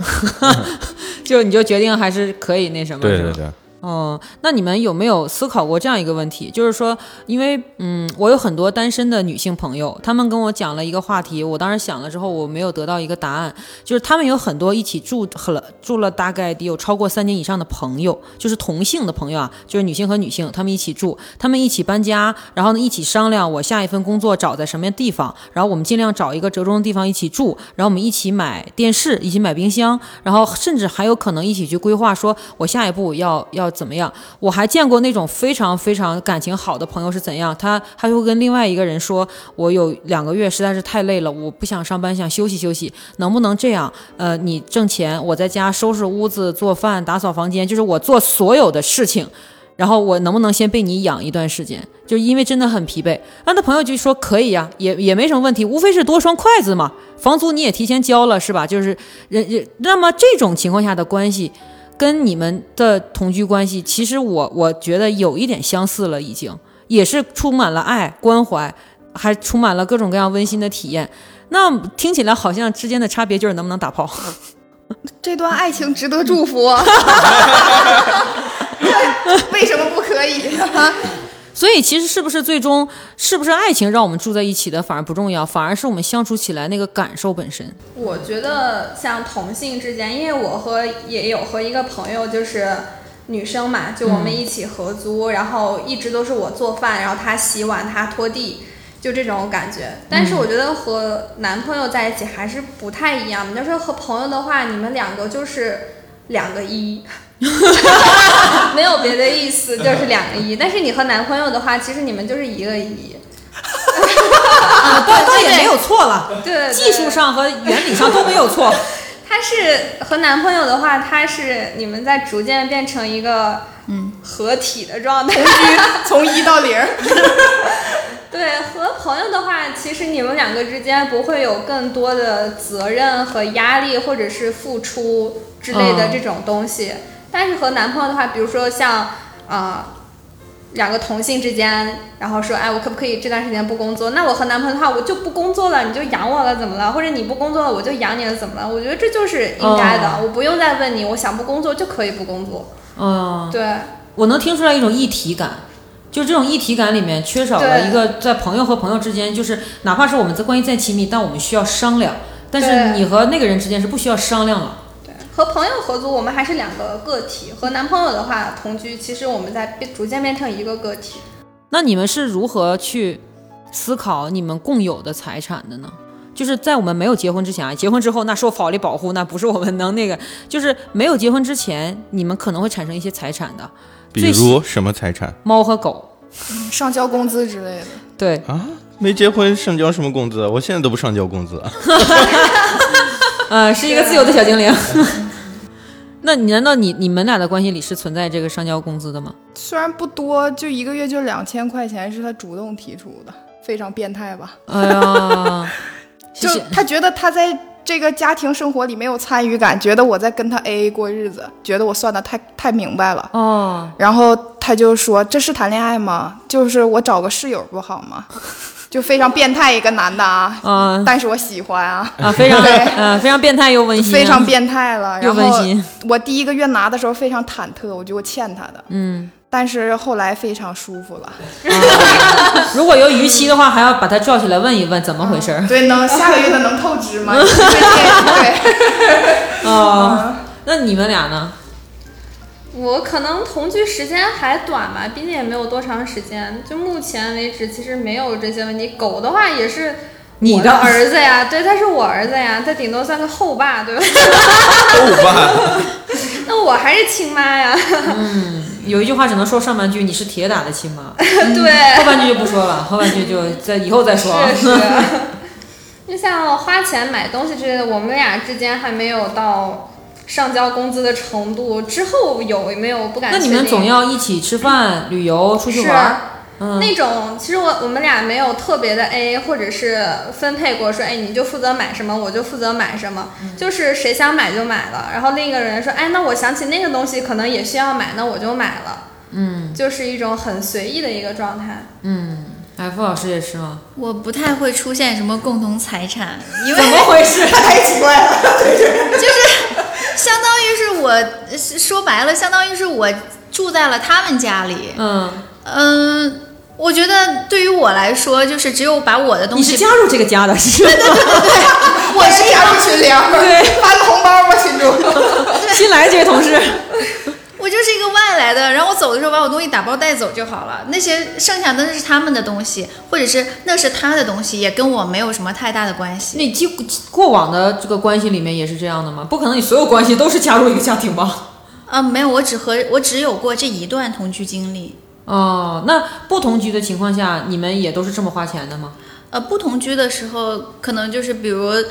就你就决定还是可以那什么，
对
是吧
对对。
哦，那你们有没有思考过这样一个问题？就是说，因为嗯，我有很多单身的女性朋友，她们跟我讲了一个话题，我当时想了之后，我没有得到一个答案，就是她们有很多一起住了住了大概得有超过三年以上的朋友，就是同性的朋友啊，就是女性和女性，她们一起住，她们一起搬家，然后呢一起商量我下一份工作找在什么地方，然后我们尽量找一个折中的地方一起住，然后我们一起买电视，一起买冰箱，然后甚至还有可能一起去规划，说我下一步要要怎么样。我还见过那种非常非常感情好的朋友是怎样，他他会跟另外一个人说，我有两个月实在是太累了，我不想上班，想休息休息，能不能这样？呃，你挣钱，我在家收拾屋子、做饭、打扫房间，就是我做所有的事情。然后我能不能先被你养一段时间？就因为真的很疲惫。啊那他朋友就说可以呀、也也没什么问题，无非是多双筷子嘛，房租你也提前交了是吧？就是人人，那么这种情况下的关系，跟你们的同居关系，其实我我觉得有一点相似了，已经也是充满了爱、关怀，还充满了各种各样温馨的体验。那听起来好像之间的差别就是能不能打炮。
嗯
这段爱情值得祝福， 为什么不可 以？
所以其实是不是最终是不是爱情让我们住在一起的反而不重要，反而是我们相处起来那个感受本身。
我觉得像同性之间，因为我和也有和一个朋友就是女生嘛，就我们一起合租，然后一直都是我做饭，然后她洗碗，她拖地，就这种感觉。
嗯
但是我觉得和男朋友在一起还是不太一样，就 是和朋友的话，你们两个就是两个一，没有别别的意思，就是两个一。但是你和男朋友的话，其实你们就是一个一。
啊，但但也没有错了，
对对
技术上和原理上都没有 错。
他是和男朋友的话，他是你们在逐渐变成一个嗯合体的状态。
从一到零，
对，和朋友的话，其实你们两个之间不会有更多的责任和压力，或者是付出之类的
嗯
这种东西。但是和男朋友的话，比如说像啊、呃两个同性之间，然后说，哎，我可不可以这段时间不工作？那我和男朋友的话，我就不工作了，你就养我了，怎么了？或者你不工作了，我就养你了，怎么了？我觉得这就是应该的，
哦
我不用再问你，我想不工作就可以不工作。
嗯，
对，
我能听出来一种一体感，就这种一体感里面缺少了
对
一个在朋友和朋友之间，就是哪怕是我们在关系再亲密，但我们需要商量，但是
对
你和那个人之间是不需要商量了。
和朋友合租，我们还是两个个体；和男朋友的话，同居，其实我们在变逐渐变成一个个体。
那你们是如何去思考你们共有的财产的呢？就是在我们没有结婚之前啊，结婚之后那受法律保护，那不是我们能那个。就是没有结婚之前，你们可能会产生一些财产的，
比如什么财产
猫和狗。
上交工资之类的。
对，
啊？没结婚上交什么工资？啊我现在都不上交工资。啊
呃，是一个自由的小精灵。 那你难道你你们俩的关系里是存在这个上交工资的吗？
虽然不多，就一个月就两千块钱，是他主动提出的，非常变态吧？
哎 呀，就
就他觉得他在这个家庭生活里没有参与感，觉得我在跟他 AA 过日子，觉得我算的太太明白了。
哦，
然后他就说：“这是谈恋爱吗？就是我找个室友不好吗？”就非常变态一个男的啊，
啊
但是我喜欢啊，
啊，非常
对
呃非常变态又温馨啊，
非常变态了。
又
然后
温馨
我第一个月拿的时候非常忐忑，我觉得我欠他的，嗯，但是后来非常舒服了。
如果有逾期的话，还要把他叫起来问一问怎么回事儿。
对，能下个月的能透 支吗？对，
嗯哦，
嗯
那你们俩呢？
我可能同居时间还短吧，毕竟也没有多长时间。就目前为止，其实没有这些问题。狗的话也是
你
我
的
的儿子呀，对，他是我儿子呀，他顶多算个后爸，对吧？
欧巴，
那我还是亲妈呀，
有一句话只能说上半句，你是铁打的亲 妈，嗯后
对，
半句就不说了，后半句就在以后再说啊。
是是。 就像花钱买东西之类的，我们俩之间还没有到上交工资的程度。之后有没有不敢
那
确
你
定？
们总要一起吃饭、旅游、出去玩儿。嗯
那种，其实我我们俩没有特别的 A，或者是分配过说，哎，你就负责买什么，我就负责买什么，
嗯
就是谁想买就买了。然后另一个人说，哎，那我想起那个东西可能也需要买，那我就买了。嗯，就是一种很随意的一个状态。
哎，付老师也是吗？
我不太会出现什么共同财产，因为
怎么回 事？
太奇怪了。
相当于是我是说白了，相当于是我住在了他们家里。
嗯，
嗯，我觉得对于我来说，就是只有把我的东
你是
西，
加入这个家的，是吗？
我是加入群聊，
对
发个红包吧，群主。
新来这位同事，
我就是一个外来的，然后我走的时候把我东西打包带走就好了。那些剩下的那是他们的东西，或者是 那是他的东西，也跟我没有什么太大的关系。
你既过往的这个关系里面也是这样的吗？不可能，你所有关系都是加入一个家庭吧？
啊，没有，我只和我只有过这一段同居经历。
哦，那不同居的情况下，你们也都是这么花 钱的吗？
呃，不同居的时候，可能就是比如，呃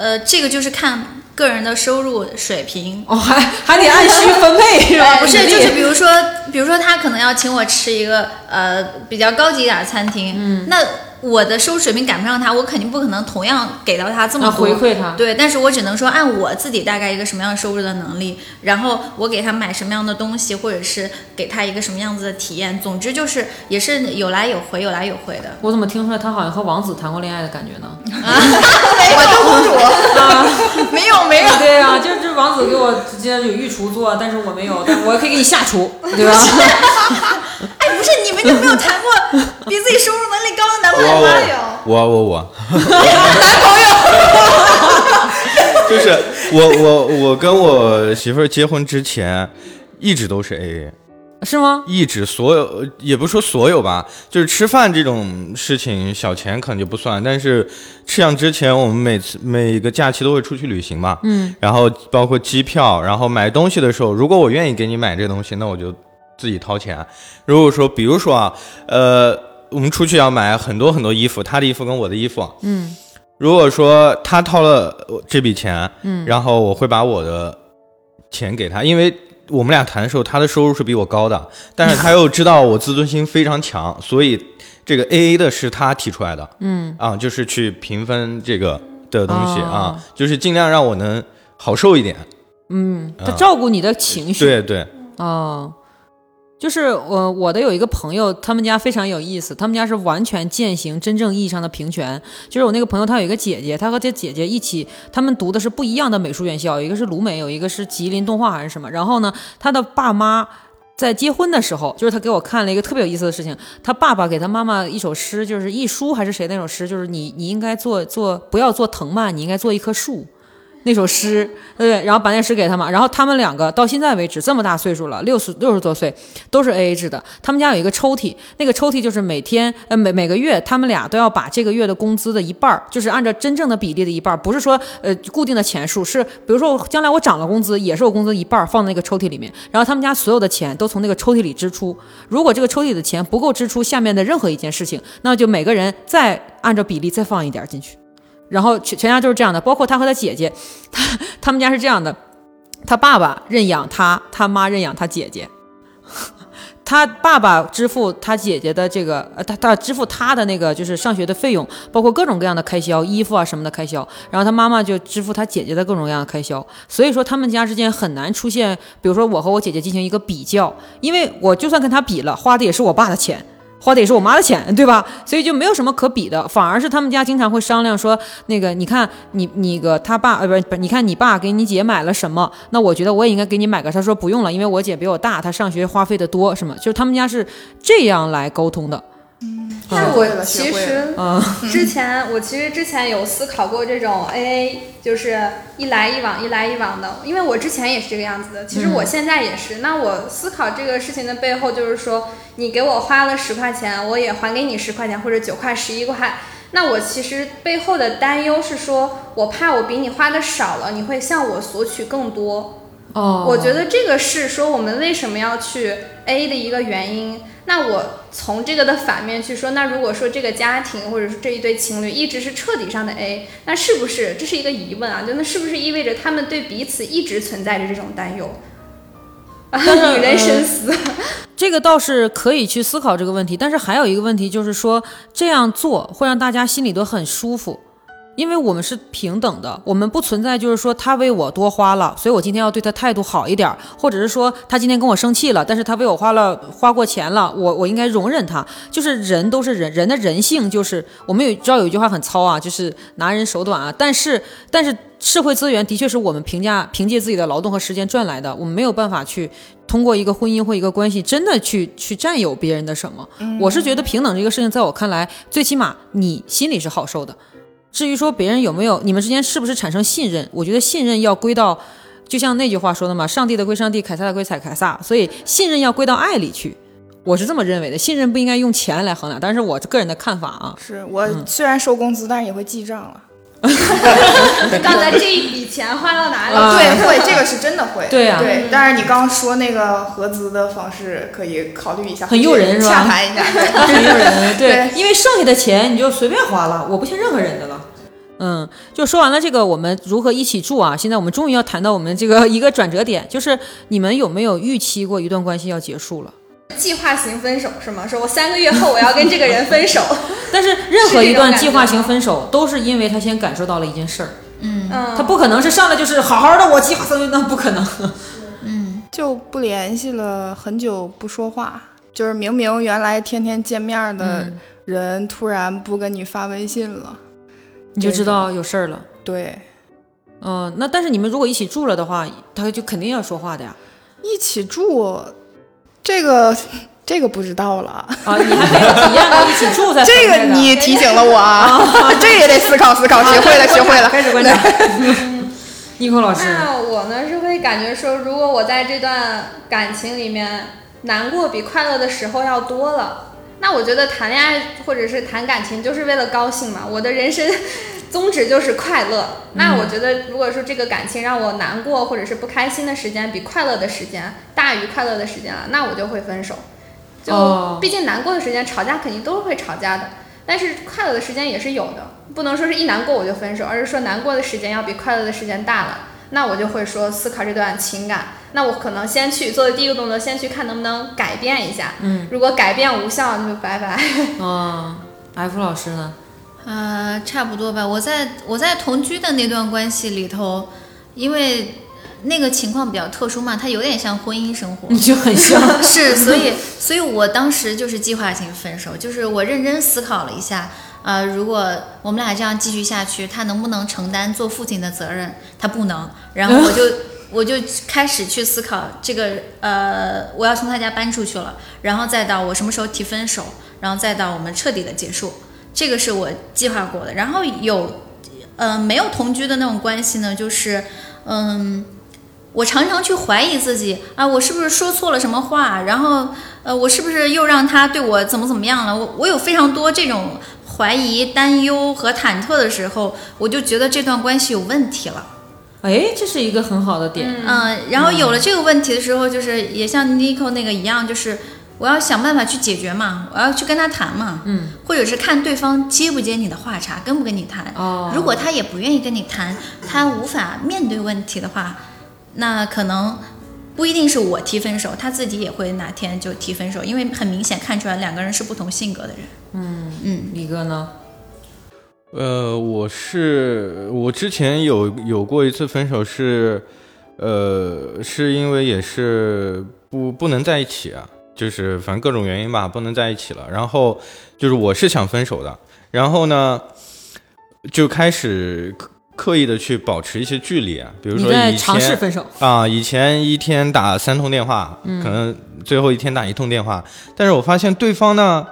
呃，这个就是看个人的收入水平。
哦，还还得按需 分配是吧？
不是，
比
就
例
是比如说，比如说他可能要请我吃一个呃比较高级一点的餐厅，嗯，那我的收入水平赶不上他，我肯定不可能同样给到他这么
啊
多、
回馈他
对，但是我只能说按我自己大概一个什么样的收入的能力，然后我给他买什么样的东西，或者是给他一个什么样子的体验，总之就是也是有来有回，有来有回的。
我怎么听出来他好像和王子谈过恋爱的感觉 呢？
我当公主，
啊，
没有没有，
对啊，就是这王子给我直接有御厨做，但是我没有，但我可以给你下厨，对吧？
哎，不是，你们就没有谈过比自己收入能力高的男朋
哦
友吗？
我我我我， 男朋友，就是我我我跟我媳妇儿结婚之前，一直都是 AA。
是吗？
一直所有呃也不是说所有吧，就是吃饭这种事情，小钱可能就不算。但是吃上之前，我们每次每个假期都会出去旅行嘛，嗯，然后包括机票，然后买东西的时候，如果我愿意给你买这东西，那我就自己掏钱。如果说，比如说啊，呃，我们出去要买很多很多衣服，他的衣服跟我的衣服，啊
嗯，
如果说他掏了我这笔钱，嗯，然后我会把我的钱给他，因为我们俩谈的时候，他的收入是比我高的，但是他又知道我自尊心非常强，所以这 个 A A 的是他提出来的，嗯，啊，就是去平分这个的东西、
哦
啊，就是尽量让我能好受一点，
嗯，他照顾你的情绪，
对对，
哦，就是我我的有一个朋友，他们家非常有意思，他们家是完全践行真正意义上的平权。就是我那个朋友，他有一个姐姐，他和这姐姐一起，他们读的是不一样的美术院校，有一个是鲁美，有一个是吉林动画还是什么。然后呢，他的爸妈。在结婚的时候，就是他给我看了一个特别有意思的事情。他爸爸给他妈妈一首诗，就是一书还是谁那首诗，就是你你应该做做不要做藤蔓，你应该做一棵树。那首诗，对，然后把那诗给他嘛，然后他们两个到现在为止这么大岁数了，六十六十多岁，都是 A A 制的。他们家有一个抽屉，那个抽屉就是每天呃每每个月他们俩都要把这个月的工资的一半儿，就是按照真正的比例的一半儿，不是说呃固定的钱数，是比如说我将来我涨了工资，也是我工资一半儿放在那个抽屉里面，然后他们家所有的钱都从那个抽屉里支出。如果这个抽屉的钱不够支出下面的任何一件事情，那就每个人再按照比例再放一点儿进去。然后全全家都是这样的，包括他和他姐姐，他他们家是这样的，他爸爸认养他，他妈认养他姐姐， 他爸爸支付他姐姐的这个，呃，他他支付他的那个就是上学的费用，包括各种各样的开销，衣服啊什么的开销，然后他妈妈就支付他姐姐的各种各样的开销，所以说他们家之间很难出现，比如说我和我姐姐进行一个比较，因为我就算跟他比了，花的也是我爸的钱。花的也是我妈的钱，对吧？所以就没有什么可比的，反而是他们家经常会商量说，那个你看你你个他爸呃不是不是，你看你爸给你姐买了什么？那我觉得我也应该给你买个。他说不用了，因为我姐比我大，她上学花费的多，什么？就是他们家是这样来沟通的。
但
学会
我
了
其
学会
实
嗯
之前，我其实之前有思考过这种 AA，就是一来一往，一来一往的，因为我之前也是这个样子的。其实我现在也是。那我思考这个事情的背后，就是说，你给我花了十块钱，我也还给你十块钱，或者九块、十一块。那我其实背后的担忧是说，我怕我比你花的少了，你会向我索取更多。
哦
我觉得这个是说我们为什么要去 A 的一个原因。那我从这个的反面去说，那如果说这个家庭或者是这一对情侣一直是彻底上的 A，那是不是这是一个疑问啊？就那是不是意味着他们对彼此一直存在着这种担忧？ 啊，女人深思。
这个倒是可以去思考这个问题，但是还有一个问题就是说，这样做会让大家心里都很舒服，因为我们是平等的，我们不存在就是说他为我多花了，所以我今天要对他态度好一点儿，或者是说他今天跟我生气了，但是他为我花了花过钱了，我我应该容忍他。就是人都是人，人的人性就是我们有知道有一句话很糙啊，就是拿人手短啊，但是但是。社会资源的确是我们评价凭借自己的劳动和时间赚来的，我们没有办法去通过一个婚姻或一个关系真的去去占有别人的什么。我是觉得平等这个事情，在我看来，最起码你心里是好受的。至于说别人有没有，你们之间是不是产生信任，我觉得信任要归到，就像那句话说的嘛，上帝的归上帝，凯撒的归凯凯撒，所以信任要归到爱里去。我是这么认为的，信任不应该用钱来衡量，但是我个人的看法啊，
是我虽然收工资，但是也会记账了。
刚才这一笔钱花到哪
嗯
里？
啊
对，会这个是真的会。
对啊
对。但是你刚刚说那个合资的方式，可以考虑一下，
很诱人是吧
洽谈一下，对
很诱 人，对
对，
因为剩下的钱你就随便花了，我不欠任何人的了。嗯，就说完了这个我们如何一起住啊？现在我们终于要谈到我们这个一个转折点，就是你们有没有预期过一段关系要结束了？
计划型分手是吗？说我三个月后我要跟这个人 分手。
但是任何一段计划
是这种感觉
型
吗
分手都是因为他先感受到了一件事儿，
嗯，
他不可能是上来就是好好的我计划三个月，那不 可能。
就不联系了，很久不说话，就是明明原来天天见面
嗯
的人，突然不跟你发微信了。
你就知道有事儿了。
对，
嗯，那但是你们如果一起住了的话，他就肯定要说话的呀。
一起住，这个这个不知道 了。
啊，你还没有体验过一起住 才
这
明
个
白的
你提醒了我 啊，这也得思考思考，学会了，学会了。
开始观察。 尼克老师，
那我呢是会感觉说，如果我在这段感情里面难过比快乐的时候要多了，那我觉得谈恋爱或者是谈感情就是为了高兴嘛。我的人生 宗旨就是快乐。那我觉得，如果说这个感情让我难过或者是不开心的时间比快乐的时间大于快乐的时间了，那我就会分手。
哦
就毕竟难过的时间吵架肯定都会吵架的，但是快乐的时间也是有的，不能说是一难过我就分手，而是说难过的时间要比快乐的时间大了。那我就会说思考这段情感，那我可能先去做的第一个动作，先去看能不能改变一下。嗯，如果改变无效，那就拜拜。
嗯，F 老师呢？
呃，差不多吧。我在我在同居的那段关系里头，因为那个情况比较特殊嘛，它有点像婚姻生活，
你就很像，
是，所以，所以我当时就是计划性分手，就是我认真思考了一下，呃，如果我们俩这样继续下去，他能不能承担做父亲的责任？他不能，然后我就我就开始去思考这个，呃，我要从他家搬出去了，然后再到我什么时候提分手，然后再到我们彻底的结束，这个是我计划过的。然后有，呃，没有同居的那种关系呢，就是，嗯。我常常去怀疑自己啊，我是不是说错了什么话？然后，呃，我是不是又让他对我怎么怎么样了？我我有非常多这种怀疑、担忧和忐忑的时候，我就觉得这段关系有问题了。
哎，这是一个很好的点。
嗯，然后有了这个问题的时候，就是也像 Nico 那个一样，就是我要想办法去解决嘛，我要去跟他谈嘛，嗯，或者是看对方接不接你的话茬，跟不跟你谈。
哦
如果他也不愿意跟你谈，他无法面对问题的话，那可能不一定是我提分手，他自己也会哪天就提分手，因为很明显看出来两个人是不同性格的人。
李哥呢？
呃，我是我之前有有过一次分手是，呃，是因为也是不不能在一起啊，就是反正各种原因吧，不能在一起了。然后就是我是想分手的，然后呢，就开始刻刻意的去保持一些距离啊，比如
你
说
在
以
尝试
前
分手？
啊，以前一天打三通电话，可能最后一天打一通电话，但是我发现对方呢，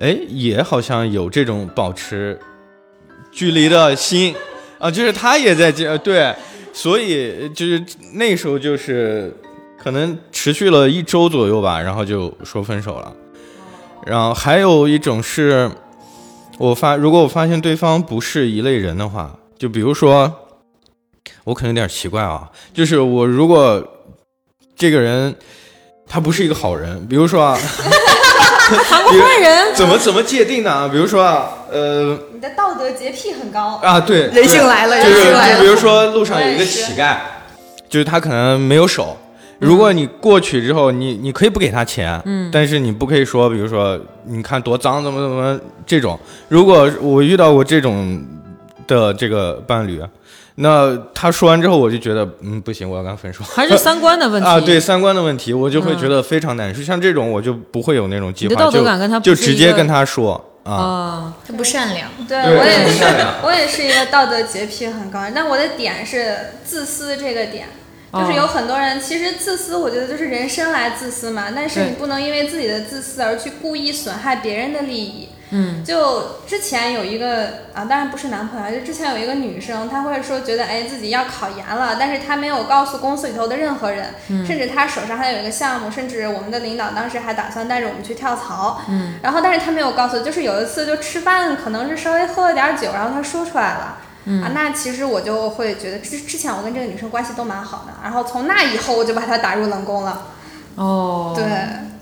哎，也好像有这种保持距离的心啊，就是他也在这对，所以就是那时候就是可能持续了一周左右吧，然后就说分手了。然后还有一种是，我发如果我发现对方不是一类人的话，就比如说，我可能有点奇怪啊，就是我如果这个人他不是一个好人，比如说啊，
韩国坏人，
怎么怎么界定呢？啊，比如说啊，呃
你的道德洁癖很高，
啊，对，
人性
对
来了，
就
人
是
性来
就
了。
比如说路上有一个乞丐，就是他可能没有手，如
嗯
果你过去之后，你你可以不给他钱，嗯，但是你不可以说，比如说你看多脏，怎么怎么这种。如果我遇到过这种的这个伴侣，那他说完之后，我就觉得嗯不行，我要跟他分手。
还是三观的问题嗯
啊，对三观的问题，我就会觉得非常难受。像这种，我就不会有那种计
你的
划，
道德感跟他不
就是就直
一
接
个
跟他说啊，
啊，
他不善良，
对
对
我也
很
是
善良，
我也是一个道德洁癖很高，但我的点是自私这个点。就是
哦
有很多人，其实自私，我觉得就是人生来自私嘛，但是
对
你不能因为自己的自私而去故意损害别人的利益。嗯，就之前有一个啊，当然不是男朋友，就之前有一个女生，她会说觉得哎自己要考研了，但是她没有告诉公司里头的任何人，甚至她手上还有一个项目，甚至我们的领导当时还打算带着我们去跳槽。嗯，然后但是她没有告诉，就是有一次就吃饭，可能是稍微喝了点儿酒，然后她说出来了。啊，那其实我就会觉得之之前我跟这个女生关系都蛮好的，然后从那以后我就把她打入冷宫了。
哦，
对，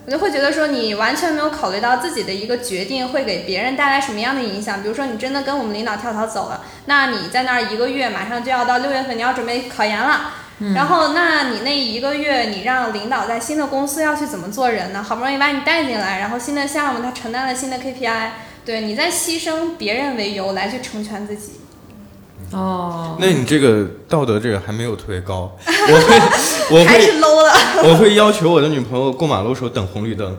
我就会觉得说你完全没有考虑到自己的一个决定会给别人带来什么样的影响。比如说你真的跟我们领导跳槽走了，那你在那儿一个月，马上就要到六月份，你要准备考研了。
嗯
然后，那你那一个月，你让领导在新的公司要去怎么做人呢？好不容易把你带进来，然后新的项目他承担了新的 KPI，对你在牺牲别人为由来去成全自己。
哦，
那你这个道德这个还没有特别高，我会我
还
会
是 low 了。
我会要求我的女朋友过马路时候等红绿灯，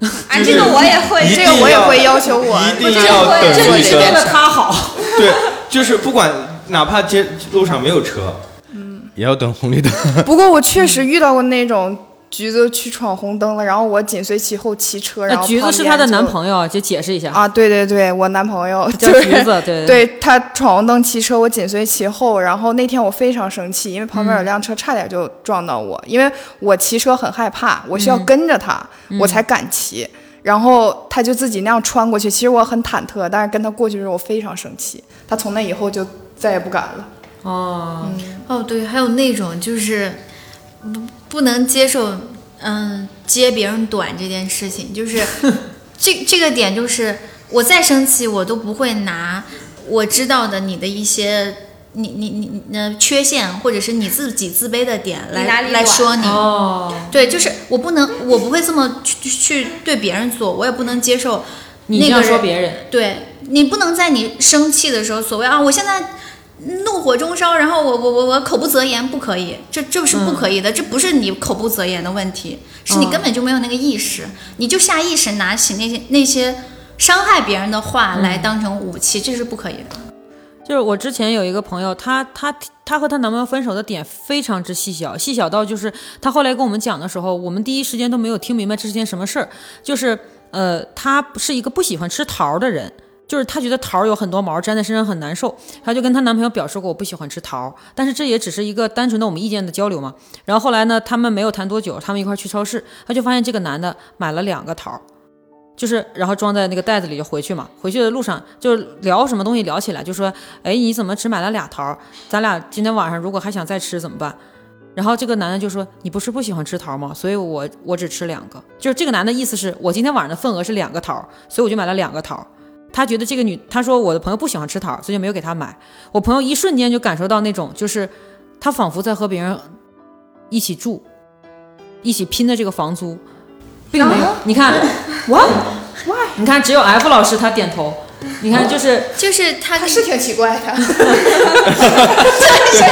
啊，这个我也
一
会，
定
这
这
个
个我也
要
会要求我，
一定要
我
等
这
这
个
你
绿
是为
灯，
了他好，
对，就是不管哪怕街路上没有车，嗯，也要等红绿 灯。
不过我确实遇到过那种橘子去闯红灯了，然后我紧随其后骑车，然
那
后
橘子
旁
是
边
她的
就
男朋友，就解释一下，
啊，对对对，我男朋友
叫
就是
橘子对对
对他闯红灯骑车，我紧随其后。然后那天我非常生气，因为旁边
嗯
有辆车差点
嗯
就撞到我，因为我骑车很害怕，我需要跟着他，我才敢骑。然后他就自己那样穿过去。其实我很忐忑，但是跟他过去的时候我非常生气。他从那以后就再也不敢了。
哦，
哦，对，还有那种就是不不能接受，嗯，揭别人短这件事情，就是 这这个点，就是我再生气，我都不会拿我知道的你的一些。你你你你的缺陷，或者是你自己自卑的点
你哪
来
里软
来说你，
哦，
对，就是我不能，我不会这么去去对别人做，我也不能接受
你
那
这样
个
说
人
别人，
对你不能在你生气的时候，所谓啊，我现在怒火中烧，然后我我我我口不择言，不可以，这这是不可以的，这不是你口不择言的问题，是你
嗯
根本就没有那个意识，你就下意识拿起那些那些伤害别人的话来当成武器，这是不可以的。
就是我之前有一个朋友，她她她和她男朋友分手的点非常之细小，细小到就是她后来跟我们讲的时候，我们第一时间都没有听明白这是件什么事儿。就是呃，她是一个不喜欢吃桃儿的人，就是她觉得桃儿有很多毛粘在身上很难受，她就跟她男朋友表示过我不喜欢吃桃儿，但是这也只是一个单纯的我们意见的交流嘛。然后后来呢，他们没有谈多久，他们一块儿去超市，她就发现这个男的买了两个桃儿。就是，然后装在那个袋子里就回去嘛。回去的路上就聊什么东西聊起来，就说：“哎，你怎么只买了俩桃儿？咱俩今天晚上如果还想再吃怎么办？”然后这个男的就说：“你不是不喜欢吃桃儿吗？所以我我只吃两个。”就是这个男的意思是我今天晚上的份额是两个桃儿，所以我就买了两个桃儿。他觉得这个女，他说我的朋友不喜欢吃桃儿，所以就没有给他买。我朋友一瞬间就感受到那种，就是他仿佛在和别人一起住，一起拼的这个房租，并没有。你看，哇，你看只有 F 老师他点头。你看，就是
就是他
他
跟
是挺奇怪
啊
的，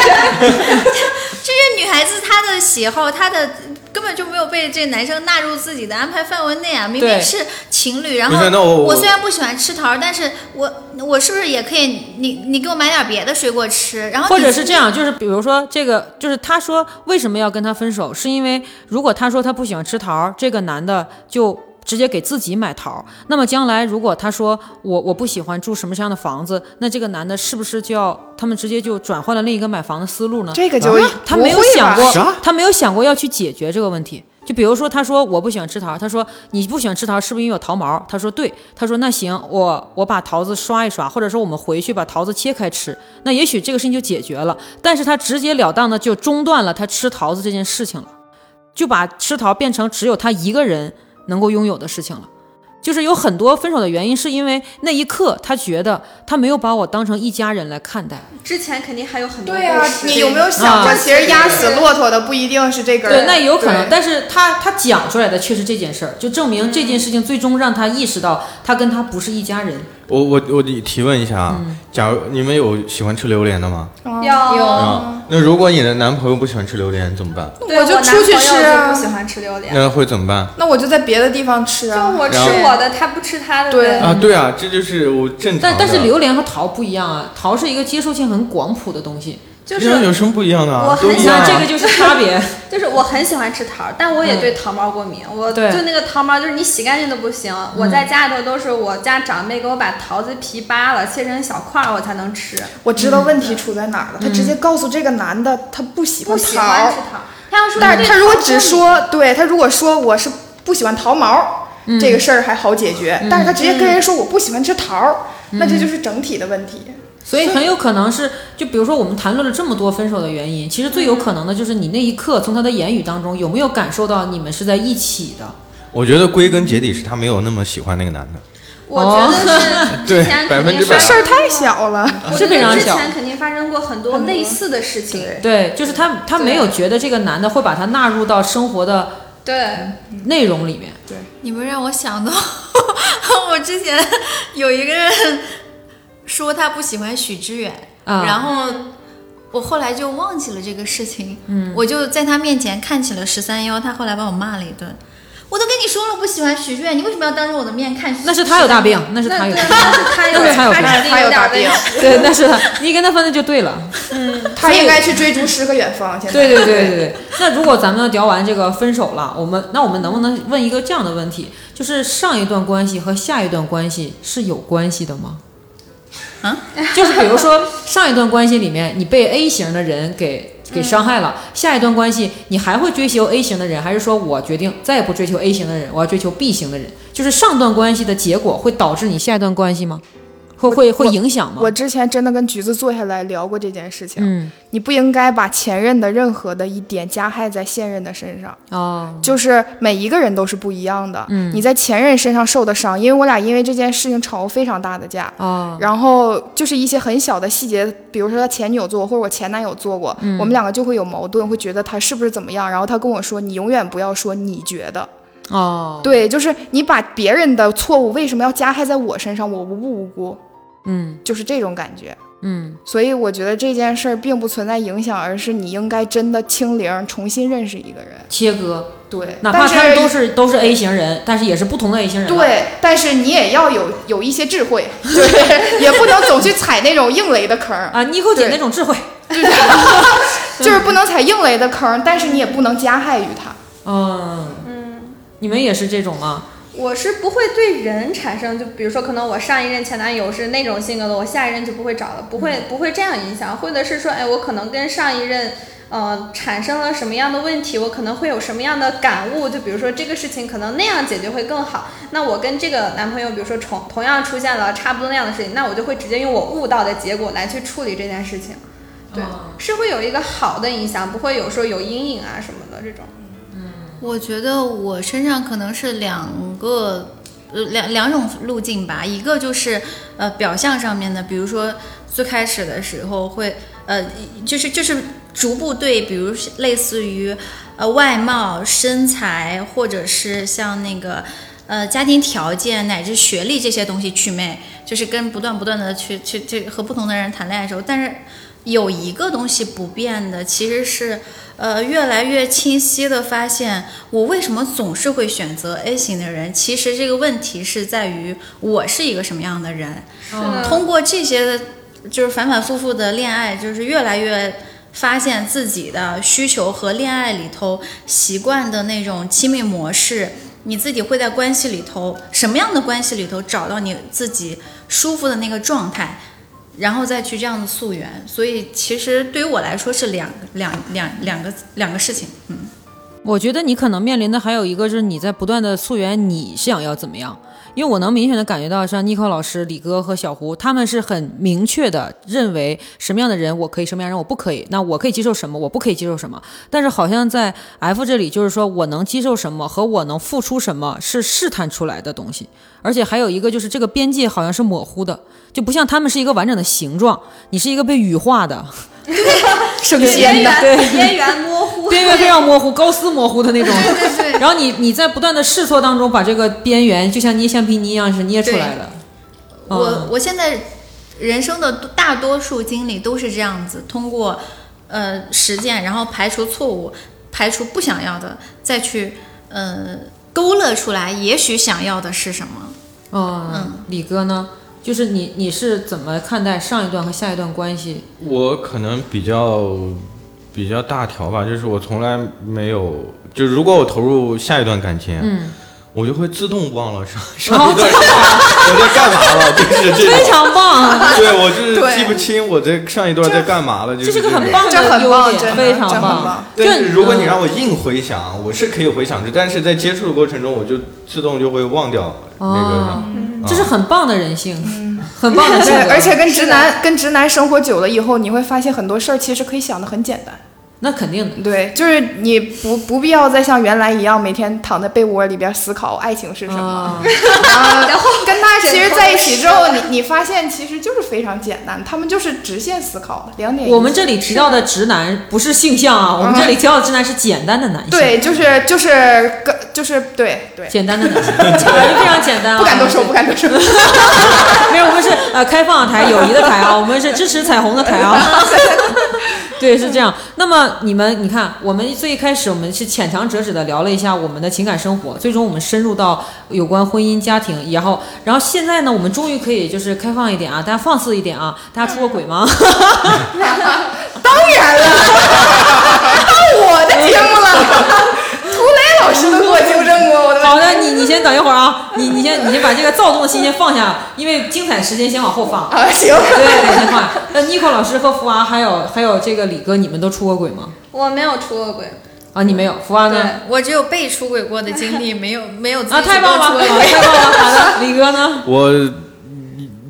这些女孩子她的喜好，她的根本就没有被这男生纳入自己的安排范围内啊！明明是情侣，然
不是那我
后
我
我虽然不喜欢吃桃儿，但是我我是不是也可以？你你给我买点别的水果吃，然后
或
你
者是这样，就是比如说这个，就是他说为什么要跟他分手，是因为如果他说他不喜欢吃桃儿，这个男的就直接给自己买桃儿。那么将来如果他说我我不喜欢住什么样的房子，那这个男的是不是就要他们直接就转换了另一个买房的思路呢？
这个就
啊他
不
没有
会
想
吧
过
啥，
他没有想过要去解决这个问题。就比如说，他说我不喜欢吃桃儿，他说你不喜欢吃桃儿是不是因为有桃毛？他说对，他说那行，我我把桃子刷一刷，或者说我们回去把桃子切开吃，那也许这个事情就解决了。但是他直截了当的就中断了他吃桃子这件事情了，就把吃桃变成只有他一个人能够拥有的事情了。就是有很多分手的原因，是因为那一刻他觉得他没有把我当成一家人来看待。
之前肯定还有很多
对啊
故事，
你有没有想过，
啊
其实压死骆驼的不一定是这根儿？
对，那也有可能，
对
但是他他讲出来的却是这件事儿，就证明这件事情最终让他意识到他跟他不是一家人。
我我我得提问一下啊，
嗯
假如你们有喜欢吃榴莲的吗？
嗯
要
哦
啊，那如果你的男朋友不喜欢吃榴莲怎么办？
对
我就出去吃
男朋友
啊
就不喜欢吃榴莲，
那会怎么办？啊
那我就在别的地方吃
就
啊。
我吃
嗯然后
我的，他不吃他的
对
呗。
啊，对啊，这就是我正常的。
嗯但但是榴莲和桃不一样啊，桃是一个接受性很广谱的东西，
就
榴莲有
是
什么不一样的
我
啊？
很
都一样
那
啊。
这个就是差别。
就是我很喜欢吃桃儿，但我也对桃毛过敏。我
对
就那个桃毛，就是你洗干净都不行。我在家里头都是我家长辈给我把桃子皮扒了，切成小块儿，我才能吃。
我知道问题出在哪儿了，他直接
嗯
告诉这个男的他不喜
不
欢
喜
桃
欢
儿
吃，嗯桃儿，他要说
但
对
是他如果
桃儿
只说对他如果说我是不喜欢桃毛，
嗯
这个事儿还好解决，但是他直接跟人说我不喜欢吃桃儿，那
嗯
这就是整体的问题。
所以很有可能是，就比如说我们谈论了这么多分手的原因，其实最有可能的就是你那一刻从他的言语当中有没有感受到你们是在一起的。
我觉得归根结底是他没有那么喜欢那个男的。
我觉得是
对
之前
百
肯
分
定
之百
啊
发
事
生
儿
过
太，小了，
我
是
觉
非常
得之
小
前肯定发生过很多类似的事情。
对，就是他他没有觉得这个男的会把他纳入到生活的
对，
内容里面。
你们让我想到， 我之前有一个人说他不喜欢许知远，
啊
然后我后来就忘记了这个事情，嗯，我就在他面前看起了十三幺，他后来把我骂了一顿。我都跟你说了不喜欢许知远，你为什么要当着我的面看？
那是他有大病，，那是他
那
有
对
大病。
那是他有
那是 他有
他指定
他有
有
大
点问
病
题。
对，那是的，你跟他分的就对了。
他嗯应该去追逐诗和远方。现在
对对对对对。那如果咱们聊完这个分手了，我们那我们能不能问一个这样的问题，就是上一段关系和下一段关系是有关系的吗？
啊，
就是比如说上一段关系里面，你被 A 型的人给给伤害
嗯
了，下一段关系你还会追求 A 型的人，还是说我决定再也不追求 A 型的人，我要追求 B 型的人？就是上段关系的结果会导致你下一段关系吗？会会会影响吗？
我之前真的跟橘子坐下来聊过这件事情，
嗯
你不应该把前任的任何的一点加害在现任的身上。
哦，
就是每一个人都是不一样的。
嗯
你在前任身上受的伤，因为我俩因为这件事情吵过非常大的架。
哦，
然后就是一些很小的细节，比如说他前女友做过，或者我前男友做过，
嗯
我们两个就会有矛盾，会觉得他是不是怎么样。然后他跟我说：“你永远不要说你觉得。”
哦，
对，就是你把别人的错误为什么要加害在我身上？我无不无辜，
嗯
就是这种感觉。
嗯，
所以我觉得这件事儿并不存在影响，而是你应该真的清零，重新认识一个人。
切割，
对，
哪
但
怕他们
是
都是都是 A 型人，但是也是不同的 A 型人了。
对，但是你也要有有一些智慧，对，也不能总去踩那种硬雷的坑儿，
啊，Nico 姐
对
那种智慧。
就是不能踩硬雷的坑儿，但是你也不能加害于他。
嗯你们也是这种吗？
我是不会对人产生，就比如说，可能我上一任前男友是那种性格的，我下一任就不会找了，不会不会这样影响，或者是说，哎，我可能跟上一任，呃，产生了什么样的问题，我可能会有什么样的感悟，就比如说这个事情可能那样解决会更好，那我跟这个男朋友，比如说重同样出现了差不多那样的事情，那我就会直接用我悟到的结果来去处理这件事情，对，是会有一个好的影响，不会有说有阴影啊什么的这种。
我觉得我身上可能是两个。呃两两种路径吧，一个就是呃表象上面的，比如说最开始的时候会呃就是就是逐步对，比如是类似于呃外貌、身材，或者是像那个呃家庭条件乃至学历这些东西祛魅，就是跟不断不断的去去去和不同的人谈恋爱的时候，但是有一个东西不变的，其实是呃越来越清晰的发现，我为什么总是会选择 A 型的人？其实这个问题是在于我是一个什么样的人。
的
通过这些的，就是反反复复的恋爱，就是越来越发现自己的需求和恋爱里头习惯的那种亲密模式。你自己会在关系里头，什么样的关系里头找到你自己舒服的那个状态，然后再去这样的溯源。所以其实对于我来说是两两两两个两个事情，嗯。
我觉得你可能面临的还有一个就是你在不断的溯源你是想要怎么样，因为我能明显的感觉到，像 Nico 老师、李哥和小胡，他们是很明确的认为什么样的人我可以，什么样的人我不可以，那我可以接受什么，我不可以接受什么。但是好像在 F 这里，就是说我能接受什么和我能付出什么是试探出来的东西，而且还有一个就是这个边界好像是模糊的，就不像他们是一个完整的形状，你是一个被羽化的。
升
对边
仙的，
缘边缘模糊，
边缘非常模糊、高斯模糊的那种。然后你你在不断的试错当中，把这个边缘就像捏橡皮泥一样是捏出来的。
我
嗯
我现在人生的大多数经历都是这样子，通过呃实践，然后排除错误，排除不想要的，再去呃勾勒出来，也许想要的是什么。
嗯，李哥呢？就是你你是怎么看待上一段和下一段关系？
我可能比较比较大条吧，就是我从来没有，就如果我投入下一段感情，
嗯，
我就会自动忘了上上一段 感情我在干嘛了，就是这
非
种。
常棒，啊
对，我就是
对
记不清我在上一段在干嘛了，就
这
是
是个
种
很棒
这
的
很
优
棒
点，
真的
非常
这很
棒
棒。
但是如果你
嗯
让我硬回想，我是可以回想的，但是在接触的过程中，我就自动就会忘掉那个
哦
啥。
这是很棒的人性，很棒的性
对，
格，
嗯 而且跟直男跟直男生活久了以后，你会发现很多事儿其实可以想的很简单。
那肯定的。
对，就是你不不必要再像原来一样每天躺在被窝里边思考爱情是什么。
啊，
然后跟他其实在一起之后，你你发现其实就是非常简单，他们就是直线思考，两点一线。
我们这里提到的直男不是性向啊，我们这里提到的直男是简单的男性。
对，就是就是跟就是对对，
简单的男性，非常简单啊，
不敢多说，不敢多 说。
没有，我们是呃开放台、友谊的台啊，我们是支持彩虹的台啊。对，是这样。那么你们，你看，我们最一开始我们是浅尝辄止的聊了一下我们的情感生活，最终我们深入到有关婚姻、家庭，然后，然后现在呢，我们终于可以就是开放一点啊，大家放肆一点啊，大家出过轨吗？
当然了，到我的节目了，涂磊老师都给我纠正过，我的
好的，来，你你先等一会儿啊，你你先你先把这个躁动的心先放下，因为精彩时间先往后放。
啊，行，
对，先放下。那 Nico 老师和福娃还有还有这个李哥，你们都出过轨吗？
我没有出过轨，
啊，你没有，福娃呢？
我只有被出轨过的经历，没有没有自己
啊，太棒
主动
了，
出轨过
太棒了！好的，李哥呢？
我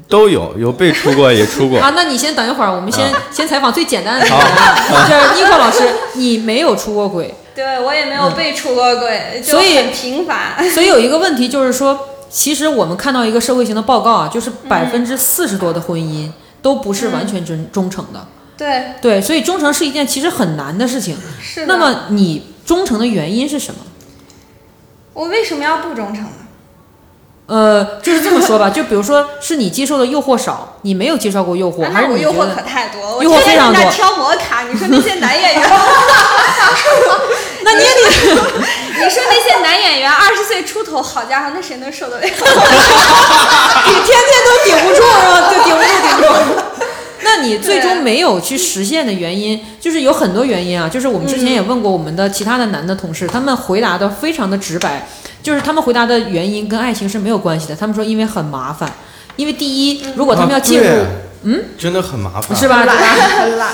都有，有被出过也出过。
啊，那你先等一会儿，我们先、先采访最简单的那个人啊，就是 Nico 老师，你没有出过轨，
对我也没有被出过轨，
嗯
就
所以
很平凡。
所以有一个问题就是说，其实我们看到一个社会型的报告啊，就是百分之四十多的婚姻都不是完全忠忠诚的，
对，
对，所以忠诚是一件其实很难的事情。
是的。
那么你忠诚的原因是什么？
我为什么要不忠诚呢？
呃，就是这么说吧，就比如说是你接受的诱惑少，你没有接受过诱惑，
啊
还是
那我
你觉
诱惑
得
可太多了，我
诱惑
天
非
天在
常
那
多
挑摩 卡，你说那些男演员，
那你也得
你说那些男演员二十岁出头，好家伙，那谁能受得了？
你天天都顶不住是吧？就顶不住，顶不住。 那你最终没有去实现的原因，就是有很多原因啊。就是我们之前也问过我们的其他的男的同事，他们回答的非常的直白，就是他们回答的原因跟爱情是没有关系的。他们说因为很麻烦，因为第一，如果他们要介入，
嗯，真的很麻烦，
是？吧？对吧？
很懒，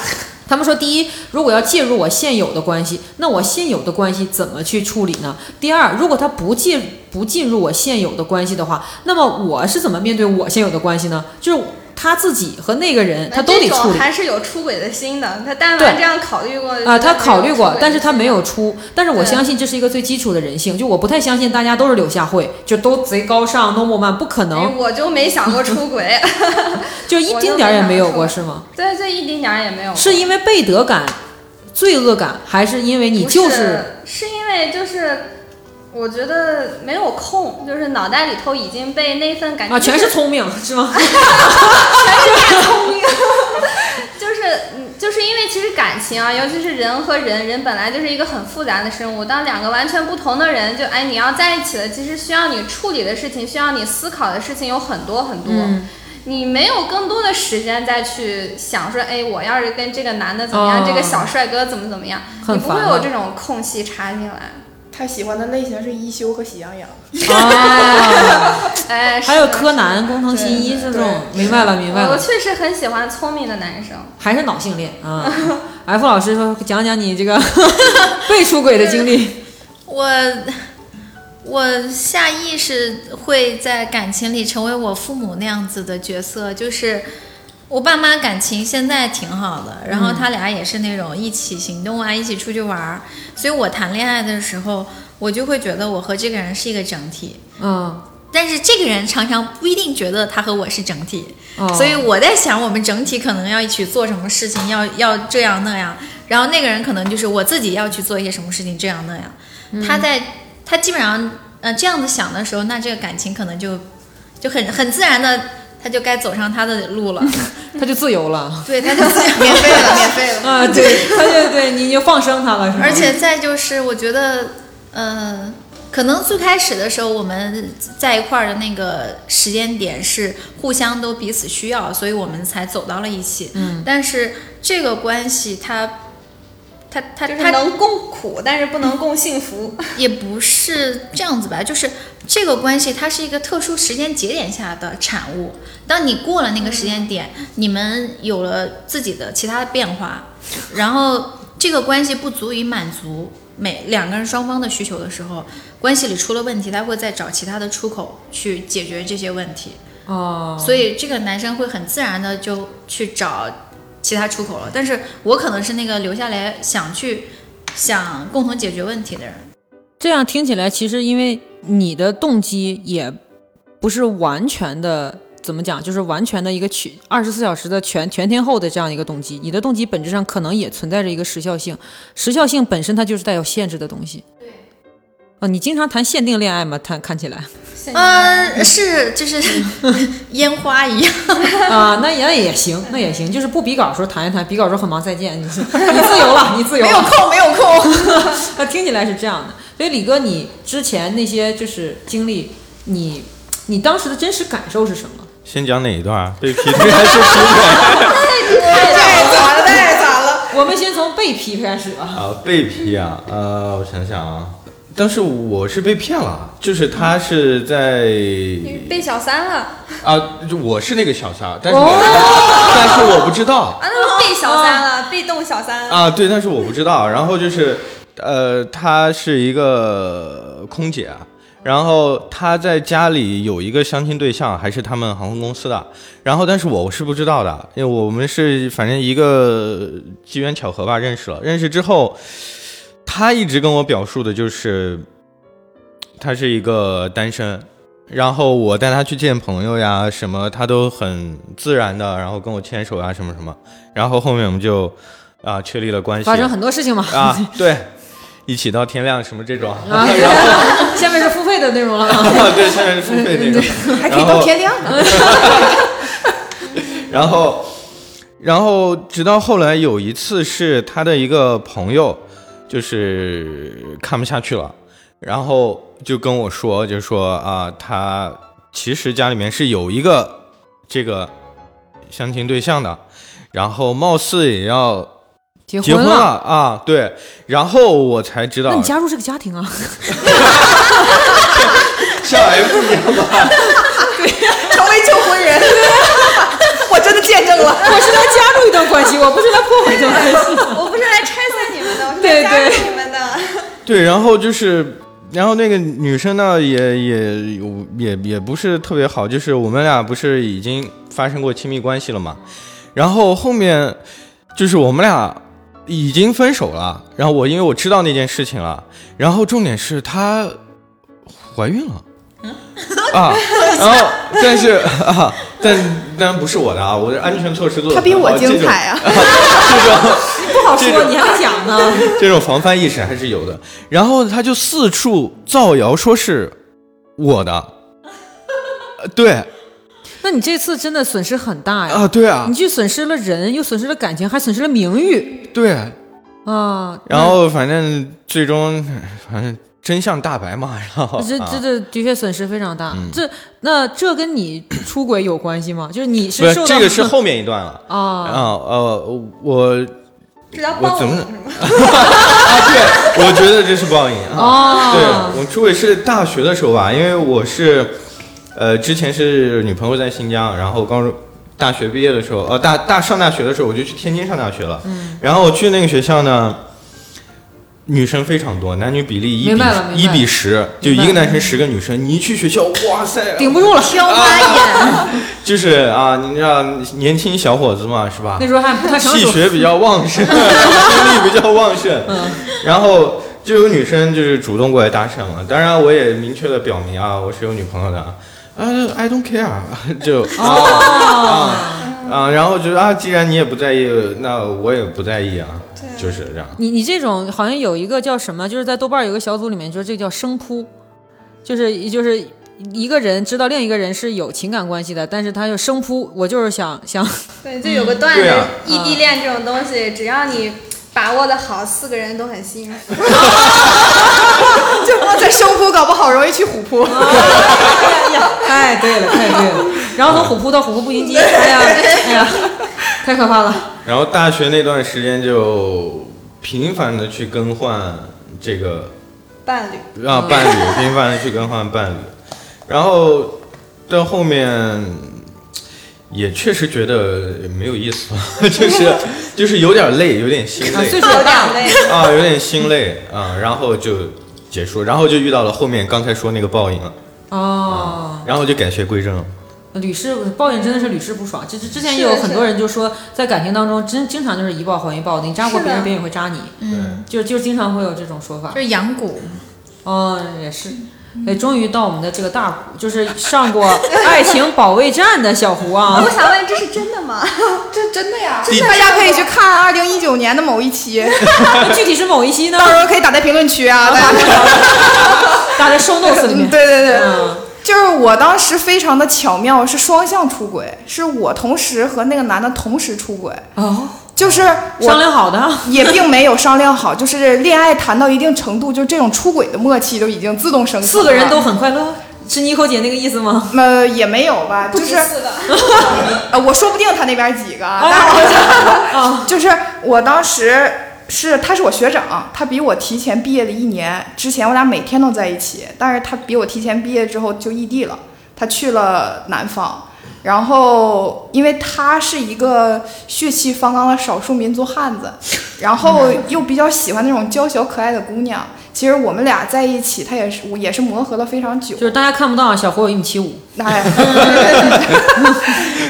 他们说，第一，如果要介入我现有的关系，那我现有的关系怎么去处理呢？第二，如果他不介不进入我现有的关系的话，那么我是怎么面对我现有的关系呢？就是他自己和那个人， 他都得
这
处
种
理。
还是有出轨的心的。他但
对
凡这样考虑过
啊、他考虑过，但是他没
有
有出。但是我
对
相信这是一个最基础的人性，就我不太相信大家都是柳下惠，就都贼高尚、no m man，不可
出轨。哎
能，
我就没想过出轨，
就一丁点儿也没有过，
我就是
吗？
对，这一丁点儿也没有。
是因为背德感、罪恶感，还是因为你
不
就是
是因为就是我觉得没有空，就是脑袋里头已经被那份感觉
啊，全
就是
聪明是吗？
就是嗯，就是因为其实感情啊，尤其是人和人，人本来就是一个很复杂的生物。当两个完全不同的人，就哎，你要在一起了，其实需要你处理的事情，需要你思考的事情有很多很多。
嗯
你没有更多的时间再去想说，哎，我要是跟这个男的怎么样，
哦
这个小帅哥怎么怎么样，
很
你不会
烦
有
啊
这种空隙插进来。
他喜欢的类型是一休和喜羊羊，
哦，
哎，是
还有
的
柯南、工藤新一这种，明白了，明白
我我
了，
确实很喜欢聪明的男生。
还是脑性恋啊。F 老师说，讲讲你这 个被出轨的经历。
我我下意识会在感情里成为我父母那样子的角色，就是我爸妈感情现在挺好的，然后他俩也是那种一起行动啊，一起出去玩儿，所以我谈恋爱的时候，我就会觉得我和这个人是一个整体。
嗯，
但是这个人常常不一定觉得他和我是整体，
哦
所以我在想，我们整体可能要一起做什么事情，要要这样那样。然后那个人可能就是我自己要去做一些什么事情，这样那样。
嗯
他在他基本上呃这样子想的时候，那这个感情可能就就很很自然的，他就该走上他的路 了。
他就自由了。
对，他就自然
免费了，免费了，
啊， 对，他就对你就放生他了，是吗？
而且再就是，我觉得，呃，可能最开始的时候我们在一块儿的那个时间点是互相都彼此需要，所以我们才走到了一起。嗯，但是这个关系它，它它它
就是能共苦，但是不能共 幸福。
也不是这样子吧，就是这个关系它是一个特殊时间节点下的产物。当你过了那个时间点，你们有了自己的其他的变化，然后这个关系不足以满足每两个人双方的需求的时候，关系里出了问题，他会再找其他的出口去解决这些问题。
哦，
所以这个男生会很自然的就去找其他出口了。但是我可能是那个留下来想去想共同解决问题的人。
这样听起来，其实因为你的动机也不是完全的，怎么讲，就是完全的一个全二十四小时的全全天候的这样一个动机。你的动机本质上可能也存在着一个时效性，时效性本身它就是带有限制的东西。对。哦，你经常谈限定恋爱吗？谈看起来
呃，是，就是烟花一样。
啊，那也那也行，那也行，就是不比稿的时候谈一谈，比稿的时候很忙，再见，你 你自由了，你自由了，
没有空，没有空，
那听起来是这样的。所以李哥，你之前那些就是经历，你你当时的真实感受是什么？
先讲哪一段啊？被劈 腿还是劈腿？
太惨了，太惨了。
我们先从被劈开始吧。
啊，被劈啊！呃，我想想啊，但是我是被骗了，啊就是他是在
你被小三了啊？
啊，就我是那个小三，但是我、
哦
但是我不知道
哦
那被小三了，被动小三了。
啊，对，但是我不知道。然后就是，呃，她是一个空姐，啊然后她在家里有一个相亲对象，还是他们航空公司的。然后，但是我是不知道的，因为我们是反正一个机缘巧合吧认识了。认识之后，她一直跟我表述的就是，她是一个单身。然后我带她去见朋友呀，什么她都很自然的，然后跟我牵手呀，啊什么什么。然后后面我们就啊、确立了关系，
发生很多事情嘛。
啊， 对，一起到天亮什么这种，
啊，下面是付费的内容了啊。
对，现在是付费 那种，
还可以到天亮呢。
然后，然后直到后来有一次是他的一个朋友，就是看不下去了，然后就跟我说，就说啊，他其实家里面是有一个这个相亲对象的，然后貌似也要
结
结婚
了，
啊，对，然后我才知道
那你加入这个家庭啊？
像 F 一样吧。
成为求婚人，我真的见证了。
我是来加入一段关系，我不是来破坏一段关系。
我不是来拆散你们 的，我是
对
来加入
对
你们的。
对，然后就是，然后那个女生呢，也也有也也不是特别好，就是我们俩不是已经发生过亲密关系了嘛，然后后面就是我们俩已经分手了，然后我因为我知道那件事情了，然后重点是她怀孕了。
嗯
啊， 然后但是啊，但但不是我的啊，我的安全措施做的
他比我精彩 啊！
不好
这
说，
种
你还没讲呢。
这种防范意识还是有的。然后他就四处造谣说是我的，呃对
那你这次真的损失很大呀！
啊，对啊
你，既损失了人，又损失了感情，还损失了名誉
对。
啊！
然后反正最终，反正真相大白嘛。然 后
这
啊嗯
这这的确损失非常大。这那这跟你出轨有关系吗？就是你
不
是
是
受到
这个是后面一段了啊
啊，
呃，我
这叫
我
报
怎
应
么
是吗？
啊，对，我觉得这是报应啊。
哦
对，我出轨是大学的时候吧，因为我是，呃，之前是女朋友在新疆，然后高中、大学毕业的时候，呃，大大上大学的时候，我就去天津上大学了。嗯。然后去那个学校呢，女生非常多，男女比例一
明
比
白了明
一
白
比十，就
明白嗯
一个男生十个女生。你一去学校，哇塞，
顶不住 了，挑花眼。
就是啊，你知道年轻小伙子嘛，是吧？
那时候还不太成
气
熟，
血比较旺盛，精力比较旺盛，然后就有女生就是主动过来搭讪了。当然，我也明确的表明啊，我是有女朋友的啊。啊、i don't care，就啊啊，然后觉得啊，既然你也不在意，那我也不在意啊，就是这样。
你你这种好像有一个叫什么，就是在豆瓣儿有个小组里面，就是这个叫生扑，就是就是一个人知道另一个人是有情感关系的，但是他就生扑，我就是想 想，
对，就有个段子
对啊，
异地恋这种东西，只要你把握的好，四个人都很幸福。
就在生扑，搞不好容易去虎扑。
啊太哎对了，太对了，然后从虎扑到虎扑步行街，哎呀哎呀，太可怕了，啊
然后大学那段时间就频繁的去更换这个
伴侣，
让伴侣频繁的去更换伴侣，然后到后面也确实觉得没有意思， 就是就是有点累，有点心
啊，岁
累
数也大
两
了，
类。
啊，有点心累啊，然后就结束，然后就遇到了后面刚才说那个报应了，
哦。
然后就改邪归正了。
屡试报应真的是屡试不爽，就是之前也有很多人就说，在感情当中真经常就是一报还一报的，你扎过别
是
人，
的
别人也会扎你，
嗯，
就就经常会有这种说法
就。是养蛊，
哦，也是。哎，终于到我们的这个大胡，就是上过《爱情保卫战》的小胡啊
我，想问，这是真的吗？
这真的呀
第
大家可以去看二零一九年的某一期，
具体是某一期呢？
到时候可以打在评论区 啊，大家。
打在 show notes 里
嗯
面。
对对对，
嗯
就是我当时非常的巧妙，是双向出轨，是我同时和那个男的同时出轨，
哦，
就是
商
我
量好的啊。
也并没有商量好，就是恋爱谈到一定程度，就这种出轨的默契都已经自动生成了
四个人都。很快乐，是妮蔻姐那个意思吗？
呃，也没有吧，就是 啊 呃，我说不定他那边几个，但
啊
就是我当时是他是我学长，他比我提前毕业了一年。之前我俩每天都在一起，但是他比我提前毕业之后就异地了，他去了南方。然后，因为他是一个血气方刚的少数民族汉子，然后又比较喜欢那种娇小可爱的姑娘。其实我们俩在一起，他也是我也是磨合了非常久
就。是大家看不到啊，小胡有一米七五，
哎，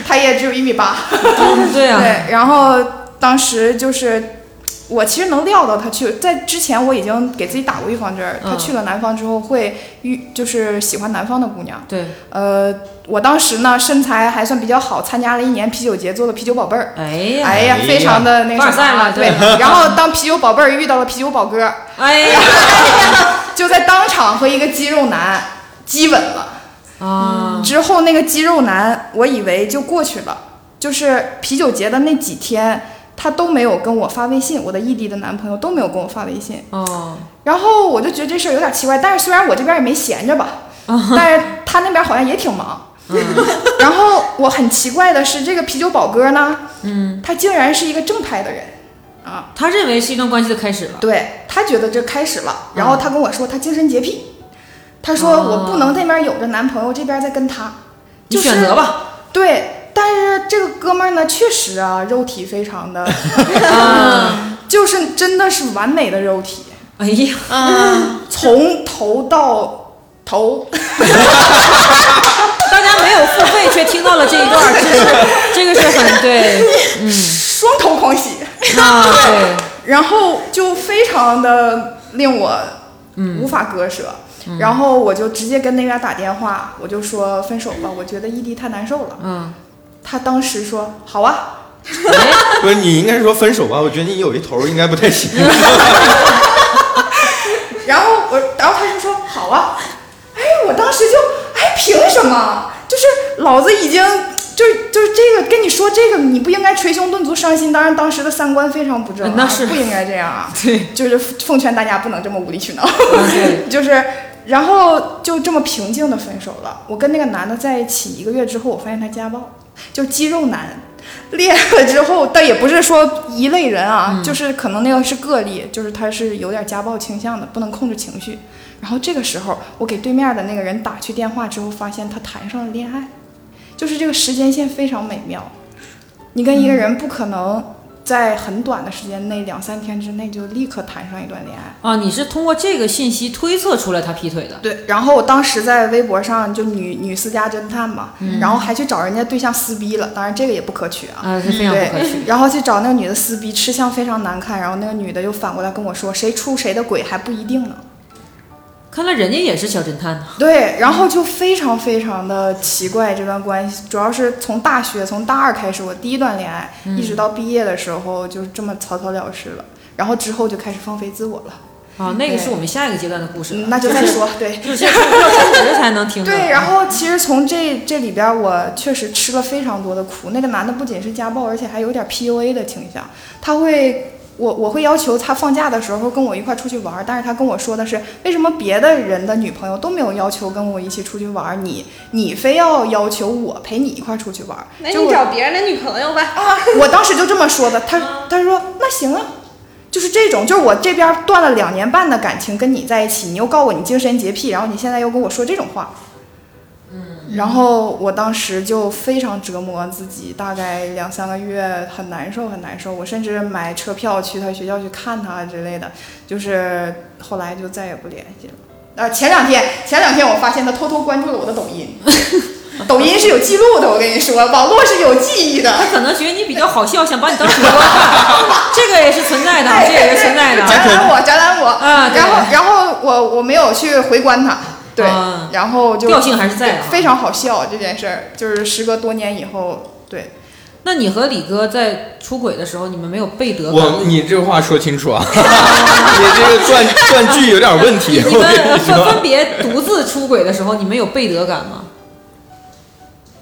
他也只有一米八。
对啊，
对，然后当时就是我其实能料到他去，在之前我已经给自己打过预防针儿，他
嗯
去了南方之后会遇就是喜欢南方的姑娘。
对，
呃，我当时呢身材还算比较好，参加了一年啤酒节，做了啤酒宝贝儿。
哎呀，
哎呀
哎，呀
非常的那个
凡尔
什么
赛了
对
对。
然后当啤酒宝贝儿遇到了啤酒宝哥，
哎呀，
就在当场和一个肌肉男激吻了。
啊，
之后那个肌肉男，我以为就过去了，就是啤酒节的那几天，他都没有跟我发微信，我的异地的男朋友都没有跟我发微信，
哦，
然后我就觉得这事儿有点奇怪，但是虽然我这边也没闲着吧，但是他那边好像也挺忙。然后我很奇怪的是，这个啤酒宝哥呢，嗯，他竟然是一个正派的人啊，
他认为是一段关系的开始了，
对他觉得这开始了，然
嗯
后他跟我说他精神洁癖，他说我不能那边有着男朋友，这边在跟他，
哦你
就是
选择吧，
对，但是这个哥们儿呢，确实啊，肉体非 常的，
啊
就是真的是完美的肉体，
哎呀，
嗯从头到头，
大家没有付费却听到了这一段， 这是这个是很对，
双头狂喜，
啊，对，
然后就非常的令我
嗯
无法割舍。然后我就直接跟那边打电话，我就说分手吧，我觉得异地太难受了。
嗯，
他当时说好啊，
不是你应该说分手吧？我觉得你有一头应该不太行。
然后我，然后他就说好啊，哎，我当时就，哎，凭什么？就是老子已经，就是就是这个跟你说这个，你不应该捶胸顿足伤心。当然，当时的三观非常不正、啊，
那是
不应该这样啊。
对，
就是奉劝大家不能这么无理取闹，
对
就是。然后就这么平静的分手了。我跟那个男的在一起一个月之后，我发现他家暴，就是肌肉男，练了之后，但也不是说一类人啊，就是可能那个是个例，就是他是有点家暴倾向的，不能控制情绪。然后这个时候，我给对面的那个人打去电话之后，发现他谈上了恋爱，就是这个时间线非常美妙。你跟一个人不可能在很短的时间内，两三天之内就立刻谈上一段恋爱。
啊，你是通过这个信息推测出来他劈腿的，
对，然后我当时在微博上就女女私家侦探嘛，然后还去找人家对象撕逼了，当然这个也不可取啊。
嗯啊，是非常不可取，
对，然后去找那个女的撕逼，吃相非常难看。然后那个女的又反过来跟我说，谁出谁的轨还不一定呢。
看来人家也是小侦探呢，
对，然后就非常非常的奇怪这段关系，主要是从大学从大二开始，我第一段恋爱，一
嗯
直到毕业的时候就是这么草草了事了。然后之后就开始放飞自我了，
啊，那个
对
是我们下一个阶段的故事了，
嗯那就 再说。对，
就是这个要充值才能听的，
对，然后其实从这这里边儿，我确实吃了非常多的苦。那个男的不仅是家暴，而且还有点 PUA 的倾向。他会，我我会要求他放假的时候跟我一块出去玩儿，但是他跟我说的是，为什么别的人的女朋友都没有要求跟我一起出去玩儿，你你非要要求我陪你一块出去玩儿？
那
就
你
我
找别人的女朋友吧。
啊， 我当时就这么说的。他他说那行啊，就是这种，就是我这边断了两年半的感情跟你在一起，你又告我你精神洁癖，然后你现在又跟我说这种话。嗯，然后我当时就非常折磨自己，大概两三个月很难受，很难受。我甚至买车票去他学校去看他之类的，就是后来就再也不联系了。呃，前两天前两天我发现他偷偷关注了我的抖音， 抖音是有记录的，我跟你说，网络是有记忆的。
他可能觉得你比较好笑，想把你当 主播看，这个也是存在的，
哎
这个也是存在的。
展览我，展览我，
啊对
然后然后我我没有去回观它，对，
啊
然后就
调性还是在的啊
非常好笑这件事儿，就是时隔多年以后，对，
那你和李哥在出轨的时候，你们没有背德感吗
我，你这话说清楚啊！ 你这个断断句有点问题，
你们
我跟
分
你
分
说。
别独自出轨的时候，你们有背德感吗？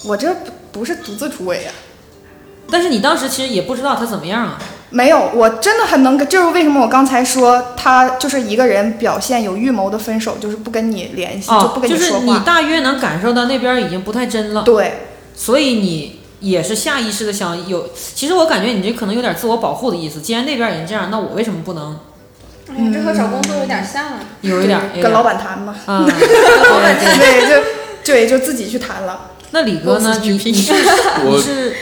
我这不不是独自啊出轨呀、
但是你当时其实也不知道他怎么样啊。
没有，我真的很能跟，就是为什么我刚才说他就是一个人表现有预谋的分手，就是不跟你联系，就
哦
不，跟
就
说
是
话，
你大约能感受到那边已经不太真了，
对，
所以你也是下意识的想有，其实我感觉你这可能有点自我保护的意思。既然那边已经这样，那我为什么不能
哎呀，这和找工作有点像啊。
有一点？有一
跟
点
老板谈 嘛，
啊，对对对
对，就对，就自己去谈了。
那李哥呢？你你 是
我
你是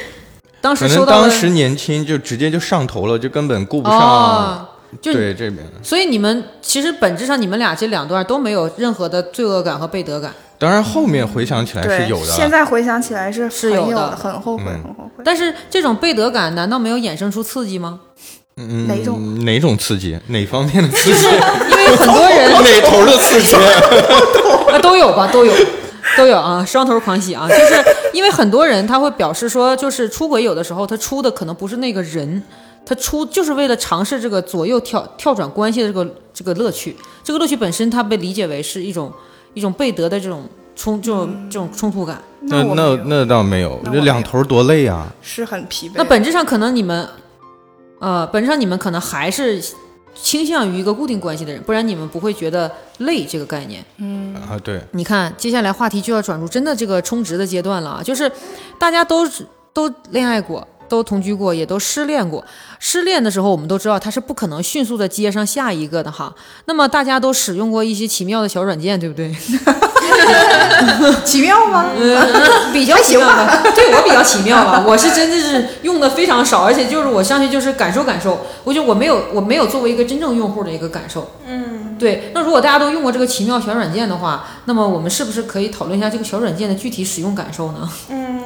当时
可
收
能
到
当
了
时年轻就直接就上头了，就根本顾不上、啊
哦，就
对这边。
所以你们其实本质上你们俩这两段都没有任何的罪恶感和背德感，
当然后面回想起来哎是
对
有，的，
现在回想起来是
是
很
有
有
的
很后悔，
嗯
很后悔。
但是这种背德感难道没有衍生出刺激吗？
嗯
哪种
哪种刺激，哪方面的刺激，
因为很多 人
哪头的刺激？
啊，都有吧，都有，都有啊，双头狂喜啊，就是因为很多人他会表示说，就是出轨有的时候他出的可能不是那个人，他出就是为了尝试这个左右跳跳转关系的这个这个乐趣，这个乐趣本身它被理解为是一种一种背德的这种冲这种这种冲突感。
那
我
那
没有
那倒没有，
那我
这两头多累啊！
是很疲惫。
那本质上可能你们，呃，本质上你们可能还是倾向于一个固定关系的人，不然你们不会觉得累这个概念。
嗯
啊，对，
你看，接下来话题就要转入真的这个充值的阶段了啊，就是大家都是都恋爱过，都同居过，也都失恋过。失恋的时候，我们都知道它是不可能迅速的接上下一个的哈。那么大家都使用过一些奇妙的小软件，对不对？
奇妙吗？
比较奇妙吧，对我比较奇妙吧，我是真的是用的非常少，而且就是我上去就是感受感受，我就我没有我没有作为一个真正用户的一个感受。
嗯，
对，那如果大家都用过这个奇妙小软件的话，那么我们是不是可以讨论一下这个小软件的具体使用感受呢？
嗯，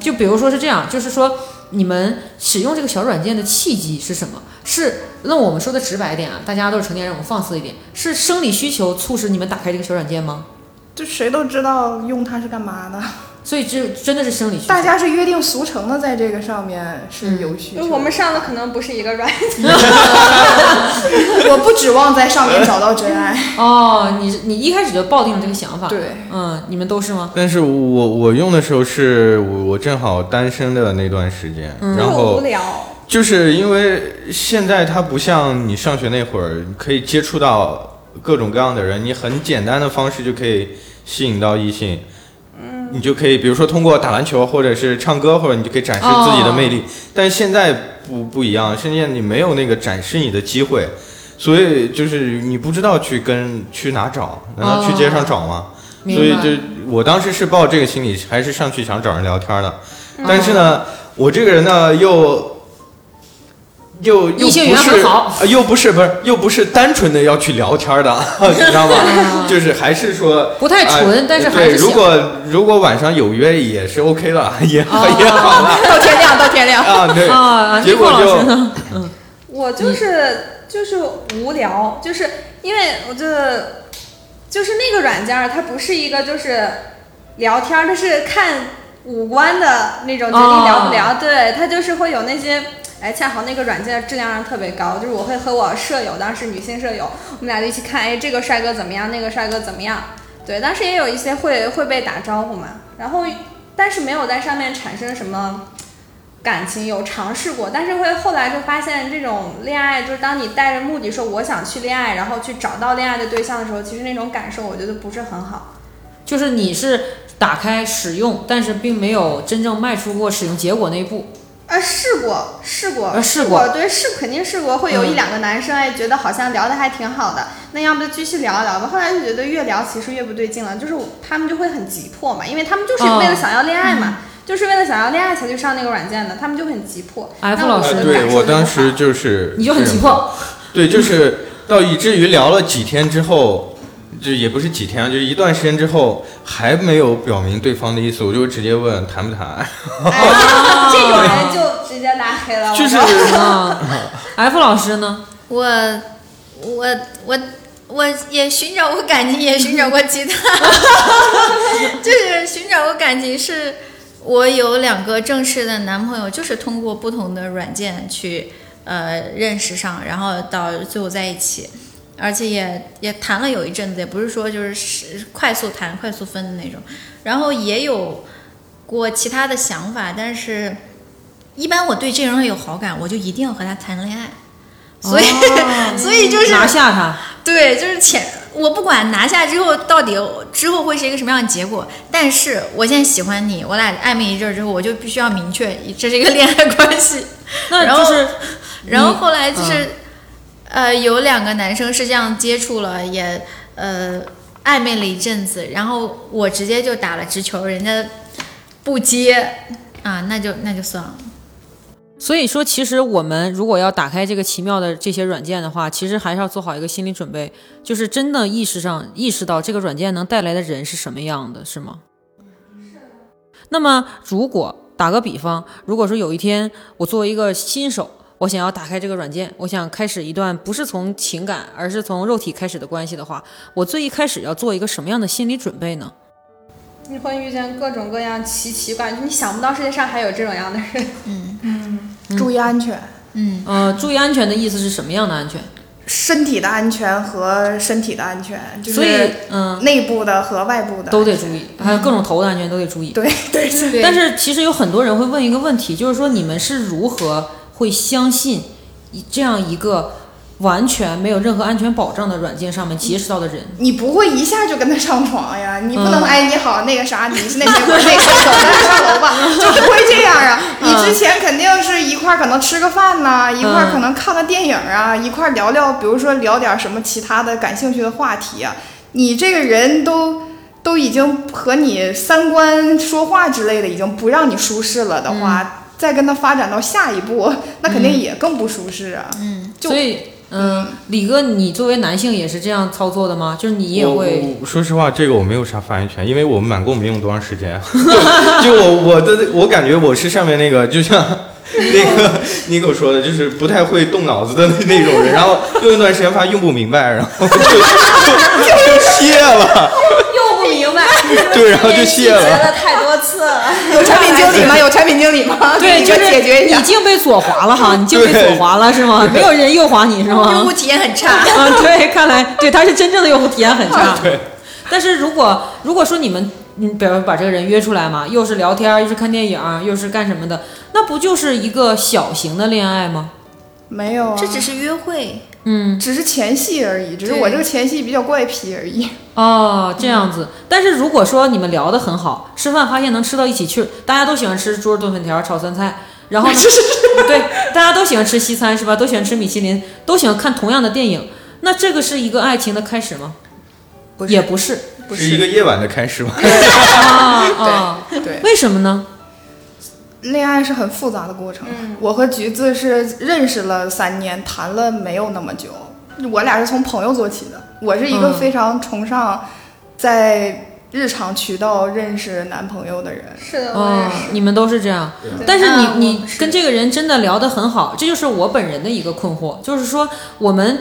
就比如说是这样，就是说你们使用这个小软件的契机是什么？是那我们说的直白一点啊，大家都是成年人，我们放肆一点，是生理需求促使你们打开这个小软件吗？
就谁都知道用它是干嘛的，
所以这真的是生理需求。
大家是约定俗成的，在这个上面是有需求。
嗯我们上的可能不是一个软件，
我不指望在上面找到真 爱。
哦，你你一开始就抱定了这个想法，
对，
嗯，你们都是吗？
但是我我用的时候是我我正好单身的那段时间，然
嗯我无
后
聊。
就是因为现在它不像你上学那会儿，你可以接触到各种各样的人，你很简单的方式就可以吸引到异性。你就可以，比如说通过打篮球，或者是唱歌，或者你就可以展示自己
哦
的魅力。但现在不不一样，现在你没有那个展示你的机会，所以就是你不知道去跟去哪找，难道去街上找吗？
哦明
所以
白
就我当时是抱这个心理，还是上去想找人聊天的。
嗯
但是呢，我这个人呢又。又又
异
不
性缘
是
很好
呃又不是不是又不是单纯的要去聊天的， 你知道吗？就是还是说
啊不太纯
呃
但是还
对，
是
如
想哦
果如果晚上有约也是 OK 的， 也、
哦
也哎好了
到天亮，到天亮。
啊，对，
啊，
结果
尼克老师
就
呢？
我就是就是无聊，就是因为我这就是那个软件儿，它不是一个就是聊天儿，它是看五官的那种决定聊不聊。对，它就是会有那些。哎，恰好那个软件质量上特别高，就是我会和我舍友，当时女性舍友，我们俩就一起看，哎，这个帅哥怎么样，那个帅哥怎么样？对，当时也有一些会会被打招呼嘛，然后但是没有在上面产生什么感情有尝试过，但是会后来就发现，这种恋爱就是当你带着目的说我想去恋爱，然后去找到恋爱的对象的时候，其实那种感受我觉得不是很好。
就是你是打开使用，但是并没有真正迈出过使用结果那一步。
啊，试过，试过，
啊试过
过，对，试肯定试过，会有一两个男生哎，觉得好像聊得还挺好的，那要不就继续聊一聊吧。后来就觉得越聊其实越不对劲了，就是我他们就会很急迫嘛，因为他们就是
哦
为了想要恋爱嘛，就是为了想要恋爱才去上那个软件的，他们就很急迫。
F
那我
老师
的
呃
呢
感
对
受
我
就不
当
好
时就是
你就很急迫，
对，就是到以至于聊了几天之后，就也不是几天啊，就是一段时间之后还没有表明对方的意思，我就直接问谈不谈，
哎，这
啊
种人就直接拉黑 了。
就是
啊，F 老师呢？
我我我我也寻找过感情，也寻找过其他，就是寻找过感情是。我有两个正式的男朋友，就是通过不同的软件去呃认识上，然后到最后在一起，而且也也谈了有一阵子，也不是说就是是快速谈、快速分的那种。然后也有过其他的想法，但是一般我对这个人有好感，我就一定要和他谈恋爱，所以、所以就是
拿下他，
对，就是潜我不管拿下之后到底之后会是一个什么样的结果，但是我现在喜欢你，我俩暧昧一阵儿之后，我就必须要明确这是一个恋爱关系。
那
然
就
后
是
然后
你嗯
后来就是，呃，有两个男生是这样接触了，也呃暧昧了一阵子，然后我直接就打了直球，人家不接啊，那就那就算了。
所以说，其实我们如果要打开这个奇妙的这些软件的话，其实还是要做好一个心理准备，就是真的意识上意识到这个软件能带来的人是什么样的，是吗？那么，如果打个比方，如果说有一天我作为一个新手，我想要打开这个软件，我想开始一段不是从情感，而是从肉体开始的关系的话，我最一开始要做一个什么样的心理准备呢？
你会遇见各种各样奇奇怪，你想不到世界上还有这种样的人。
嗯注意安全，
嗯，
呃，注意安全的意思是什么样的安全？
身体的安全和身体的安全，就
所以
是，
嗯、
内部的和外部的
都得注意，还有各种头的安全都得注意。
对对对，
但是其实有很多人会问一个问题，就是说你们是如何会相信一这样一个完全没有任何安全保障的软件上面结识到的人？
你不会一下就跟他上 床呀？你不能、
嗯
哎你好那个啥，你是 那谁我是那谁走，咱俩上楼吧， 就不会这样啊。
嗯
你之前肯定是一块儿可能吃个饭呐、一块儿可能看个电影啊，一块儿聊聊，比如说聊点什么其他的感兴趣的话题啊。你这个人都都已经和你三观说话之类的已经不让你舒适了的话，
嗯
再跟他发展到下一步， 那肯定也更不舒适啊。嗯，就
所以，嗯，李哥，你作为男性也是这样操作的吗？就是你也
我
会，
我说实话，这个我没有啥发言权，因为我们满购没用多长时间，啊 就我我的我感觉我是上面那个，就像那个尼克 说的，就是不太会动脑子的那那种人，然后用一段时间发现用不明白，然后就就就卸了，
又不明白，
对，然后就卸了。
了太多次了。
有产品经理吗？有产品经理吗？
对，
给
就
你个
是
解决一下
你。竟被左滑了哈，你竟被
对
左滑了是吗？没有人右滑你是吗？
用户体验很差。
啊，对，看来对他是真正的用户体验很差。对，但是如果如果说你们，你比如把这个人约出来嘛，又是聊天儿，又是看电影儿，又是干什么的，那不就是一个小型的恋爱吗？
没有啊，
这只是约会，
嗯，
只是前戏而已，只是
对
我这个前戏比较怪癖而已。
哦，这样子。但是如果说你们聊得很好，吃饭发现能吃到一起去，大家都喜欢吃猪肉炖粉条、炒酸菜，然 后呢，对，大家都喜欢吃西餐是吧？都喜欢吃米其林，都喜欢看同样的电影，那这个是一个爱情的开始吗？
不
也不是
不
是一个夜晚的开始吧？
啊啊！
对，
为什么呢？
恋爱是很复杂的过程。我和橘子是认识了三年，谈了没有那么久。我俩是从朋友做起的。我是一个
嗯
非常崇尚在日常渠道认识男朋友的人。
是的，我也
嗯
是。，
你们都是这样，嗯但是
啊
你你
我是
跟这个人真的聊得很好，这就是我本人的一个困惑，就是说我们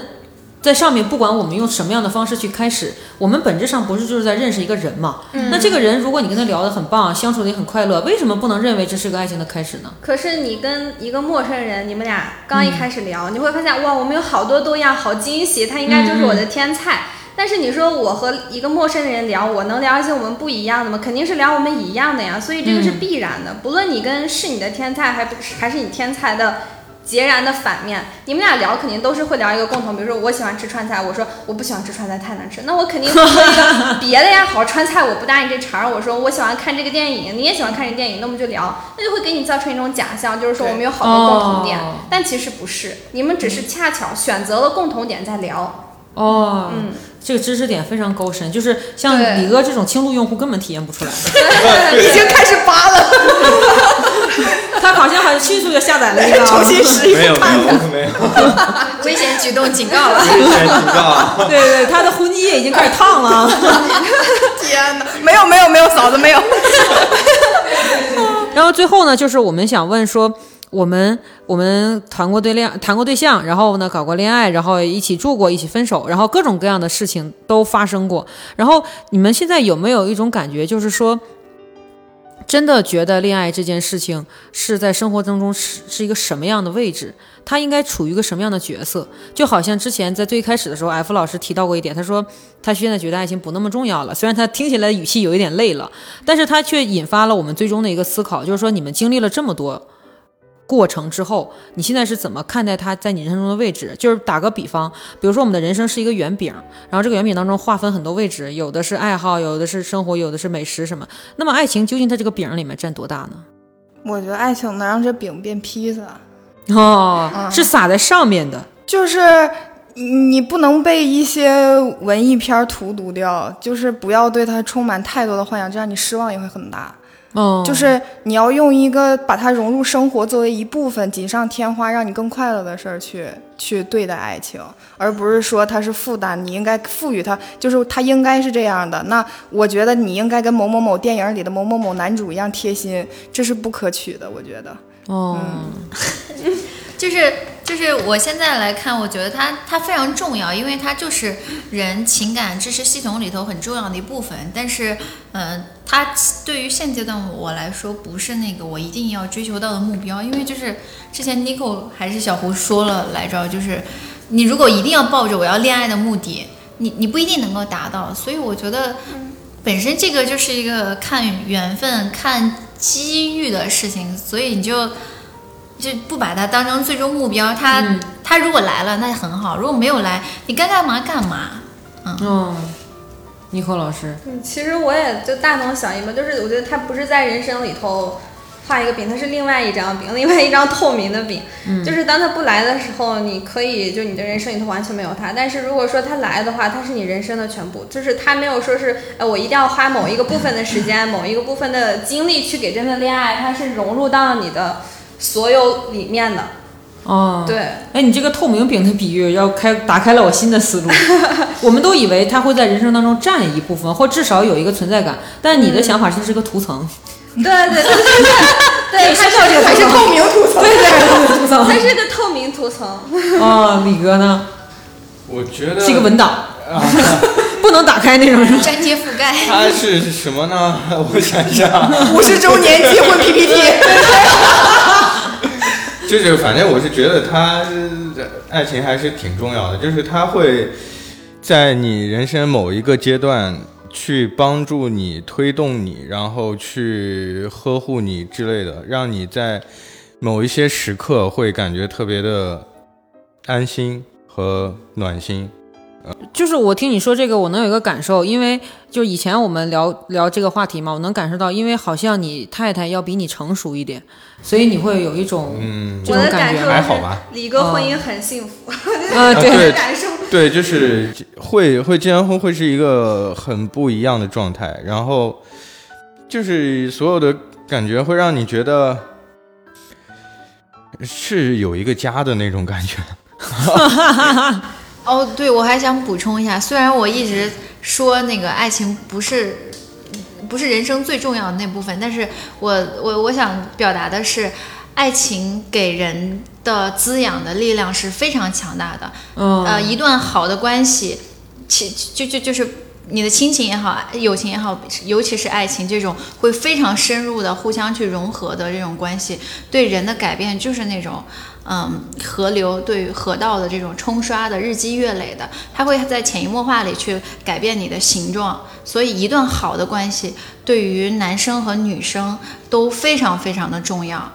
在上面，不管我们用什么样的方式去开始，我们本质上不是就是在认识一个人嘛？
嗯
那这个人如果你跟他聊得很棒，相处得也很快乐，为什么不能认为这是个爱情的开始呢？
可是你跟一个陌生人，你们俩刚一开始聊，
嗯
你会发现哇，我们有好多多样，好惊喜，他应该就是我的天菜。
嗯
但是你说我和一个陌生的人聊，我能聊一些我们不一样的吗？肯定是聊我们一样的呀，所以这个
嗯
是必然的。不论你跟是你的天菜，还不是还是你天才的截然的反面，你们俩聊肯定都是会聊一个共同，比如说我喜欢吃川菜，我说我不喜欢吃川菜太难吃，那我肯定会说一个别的呀，好川菜我不搭你这茬儿，我说我喜欢看这个电影，你也喜欢看这个电影，那我们就聊，那就会给你造成一种假象，就是说我们有好多共同点，
哦
但其实不是，你们只是恰巧选择了共同点在聊，
哦，
嗯，
这个知识点非常高深，就是像
对
李哥这种轻度用户根本体验不出来，
已经开始扒了，
他好像很迅速就下载了一个，啊
重新试一
没有，
次看看。
没有，
危险举动警告了。
全知道。
对对，他的婚戒已经开始烫了。
天哪，没有没有没有，嫂子没有。
然后最后呢，就是我们想问说，我们我们谈过对恋谈过对象，然后呢搞过恋爱，然后一起住过，一起分手，然后各种各样的事情都发生过。然后你们现在有没有一种感觉，就是说，真的觉得恋爱这件事情是在生活当中是是一个什么样的位置？它应该处于一个什么样的角色？就好像之前在最开始的时候，F 老师提到过一点，他说他现在觉得爱情不那么重要了。虽然他听起来语气有一点累了，但是他却引发了我们最终的一个思考，就是说你们经历了这么多，过程之后，你现在是怎么看待它在你人生中的位置？就是打个比方，比如说我们的人生是一个圆饼，然后这个圆饼当中划分很多位置，有的是爱好，有的是生活，有的是美食什么。那么爱情究竟在这个饼里面占多大呢？
我觉得爱情能让这饼变披萨，
哦，是撒在上面的。
就是你不能被一些文艺片儿荼毒掉，就是不要对它充满太多的幻想，这样你失望也会很大。
哦，
就是你要用一个把它融入生活作为一部分、锦上添花，让你更快乐的事儿去去对待爱情，而不是说它是负担，你应该赋予它，就是它应该是这样的。那我觉得你应该跟某某某电影里的某某某男主一样贴心，这是不可取的，我觉得。
哦，
嗯
就是就是我现在来看，我觉得它它非常重要，因为它就是人情感支持系统里头很重要的一部分。但是，呃，它对于现阶段我来说，不是那个我一定要追求到的目标，因为就是之前 Nico 还是小胡说了来着，就是你如果一定要抱着我要恋爱的目的，你你不一定能够达到。所以我觉得，本身这个就是一个看缘分、看机遇的事情，所以你就。就不把它当成最终目标。他、他如果来了，那很好；如果没有来，你该干嘛干嘛。
嗯，尼克老师，
嗯，其实我也就大同小异嘛，就是我觉得它不是在人生里头画一个饼，它是另外一张饼，另外一张透明的饼。嗯，就是当它不来的时候，你可以就你的人生里头完全没有它。但是如果说它来的话，它是你人生的全部，就是它没有说是，哎，我一定要花某一个部分的时间、某一个部分的精力去给这份恋爱，它是融入到你的所有里面的。
哦，
对，
哎，你这个透明饼的比喻要开打开了我新的思 路。我们都以为它会在人生当中占一部分，或至少有一个存在感，但你的想法是这是个涂层，
对对对对对，对，它是
这个还是透明涂 层，对对对，涂层。
它是个透明涂层。
哦，李哥呢
我觉得
是一个文档，不能打开那种是吧？
粘贴覆盖，
它是什么呢？ 我想一下，
五十周年结婚 PPT，
就是反正我是觉得它呃爱情还是挺重要的，就是它会在你人生某一个阶段去帮助你、推动你，然后去呵护你之类的，让你在某一些时刻会感觉特别的安心和暖心。
就是我听你说这个，我能有一个感受，因为就是以前我们聊聊这个话题嘛，我能感受到，因为好像你太太要比你成熟一点，所以你会有一种
嗯，
这
我
种
的
感
感
觉
受
还好吧
是，李哥婚姻很幸福。
呃，
啊对
感受
对，就是会会结完婚会是一个很不一样的状态，然后就是所有的感觉会让你觉得是有一个家的那种感觉。
哦，对，我还想补充一下，虽然我一直说那个爱情不是不是人生最重要的那部分，但是我我我想表达的是，爱情给人的滋养的力量是非常强大的。
嗯
呃，一段好的关系，其就就就是你的亲情也好，友情也好，尤其是爱情这种会非常深入的互相去融合的这种关系，对人的改变就是那种。嗯，河流对于河道的这种冲刷的日积月累的，它会在潜移默化里去改变你的形状。所以，一段好的关系对于男生和女生都非常非常的重要。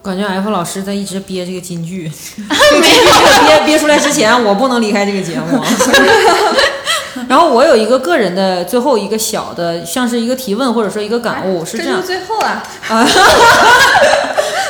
感觉 F 老师在一直憋这个金句， 没有憋憋出来之前，我不能离开这个节 目。然后我有一个个人的最后一个小的，像是一个提问或者说一个感悟，是这
这
样
就。最后啊，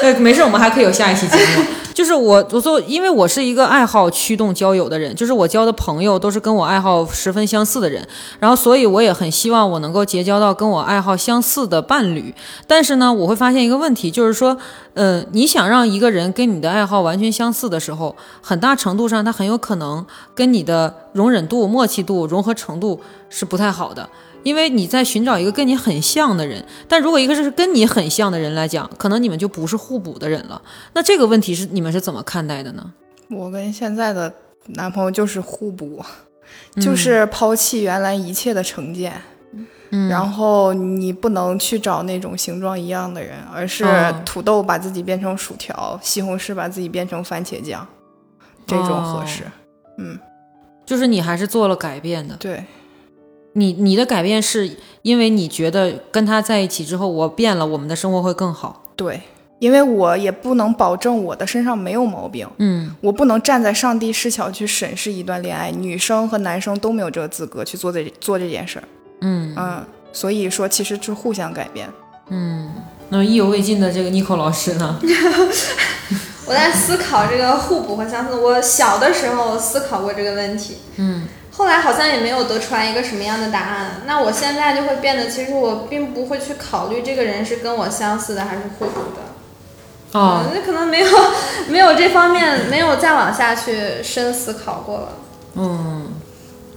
呃， 没事，我们还可以有下一期节目。就是我，我做，因为我是一个爱好驱动交友的人，就是我交的朋友都是跟我爱好十分相似的人，然后所以我也很希望我能够结交到跟我爱好相似的伴侣。但是呢，我会发现一个问题，就是说，呃，你想让一个人跟你的爱好完全相似的时候，很大程度上他很有可能跟你的容忍度、默契度、融合程度是不太好的。因为你在寻找一个跟你很像的人，但如果一个是跟你很像的人来讲，可能你们就不是互补的人了。那这个问题是你们是怎么看待的呢？
我跟现在的男朋友就是互补，嗯就是抛弃原来一切的成见。
嗯
然后你不能去找那种形状一样的人，而是
哦
土豆把自己变成薯条，西红柿把自己变成番茄酱，这种
哦
合适。嗯，
就是你还是做了改变的。
对，
你你的改变是因为你觉得跟他在一起之后我变了，我们的生活会更好。
对，因为我也不能保证我的身上没有毛病，
嗯，
我不能站在上帝视角去审视一段恋爱，女生和男生都没有这个资格去做这做这件事儿，
嗯
嗯，所以说其实是互相改变。
嗯。那么意犹未尽的这个 Nico 老师 呢？
我在思考这个互补和相似。我小的时候思考过这个问题，
嗯，
后来好像也没有得出来一个什么样的答案。那我现在就会变得，其实我并不会去考虑这个人是跟我相似的还是互补的。
哦，
嗯，那可能没有没有这方面没有再往下去深思考过了。
嗯，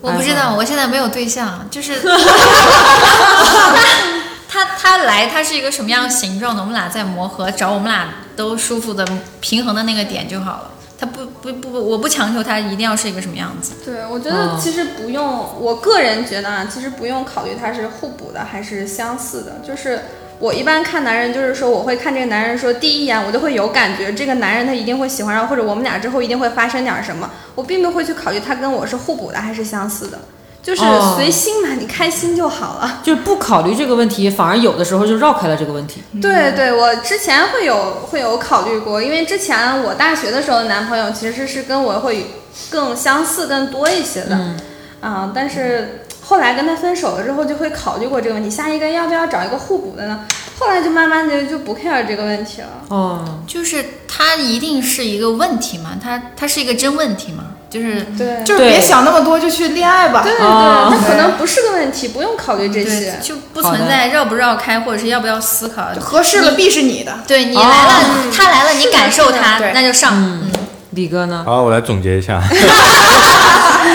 我不知
哎
道，我现在没有对象，就是 他他来，他是一个什么样的形状的，我们俩在磨合，找我们俩都舒服的平衡的那个点就好了。他不不不，不我不强求他一定要是一个什么样子。
对，我觉
哦
得其实不用，我个人觉得啊，其实不用考虑它是互补的还是相似的。就是我一般看男人，就是说我会看这个男人说，第一眼我就会有感觉，这个男人他一定会喜欢上，或者我们俩之后一定会发生点什么。我并不会去考虑他跟我是互补的还是相似的，就是
哦
随心嘛，你开心就好了。
就是不考虑这个问题，反而有的时候就绕开了这个问题。
对对，我之前会有会有考虑过，因为之前我大学的时候的男朋友其实是跟我会更相似、更多一些的，啊、但是后来跟他分手了之后，就会考虑过这个问题，下一个要不要找一个互补的呢？后来就慢慢的就不 care 这个问题了。
哦，
就是他一定是一个问题嘛，他他是一个真问题嘛，就是
对
就是别
对
想那么多，就去恋爱吧。
对对，
哦
那可能不是个问题，不用考虑这
对
些，。
就不
好的
存在绕不绕开，或者是要不要思考。
合适了必是你的。
对你来了，他来了，你感受他，
对
那就上。嗯
李哥 呢？
好，我来总结一下，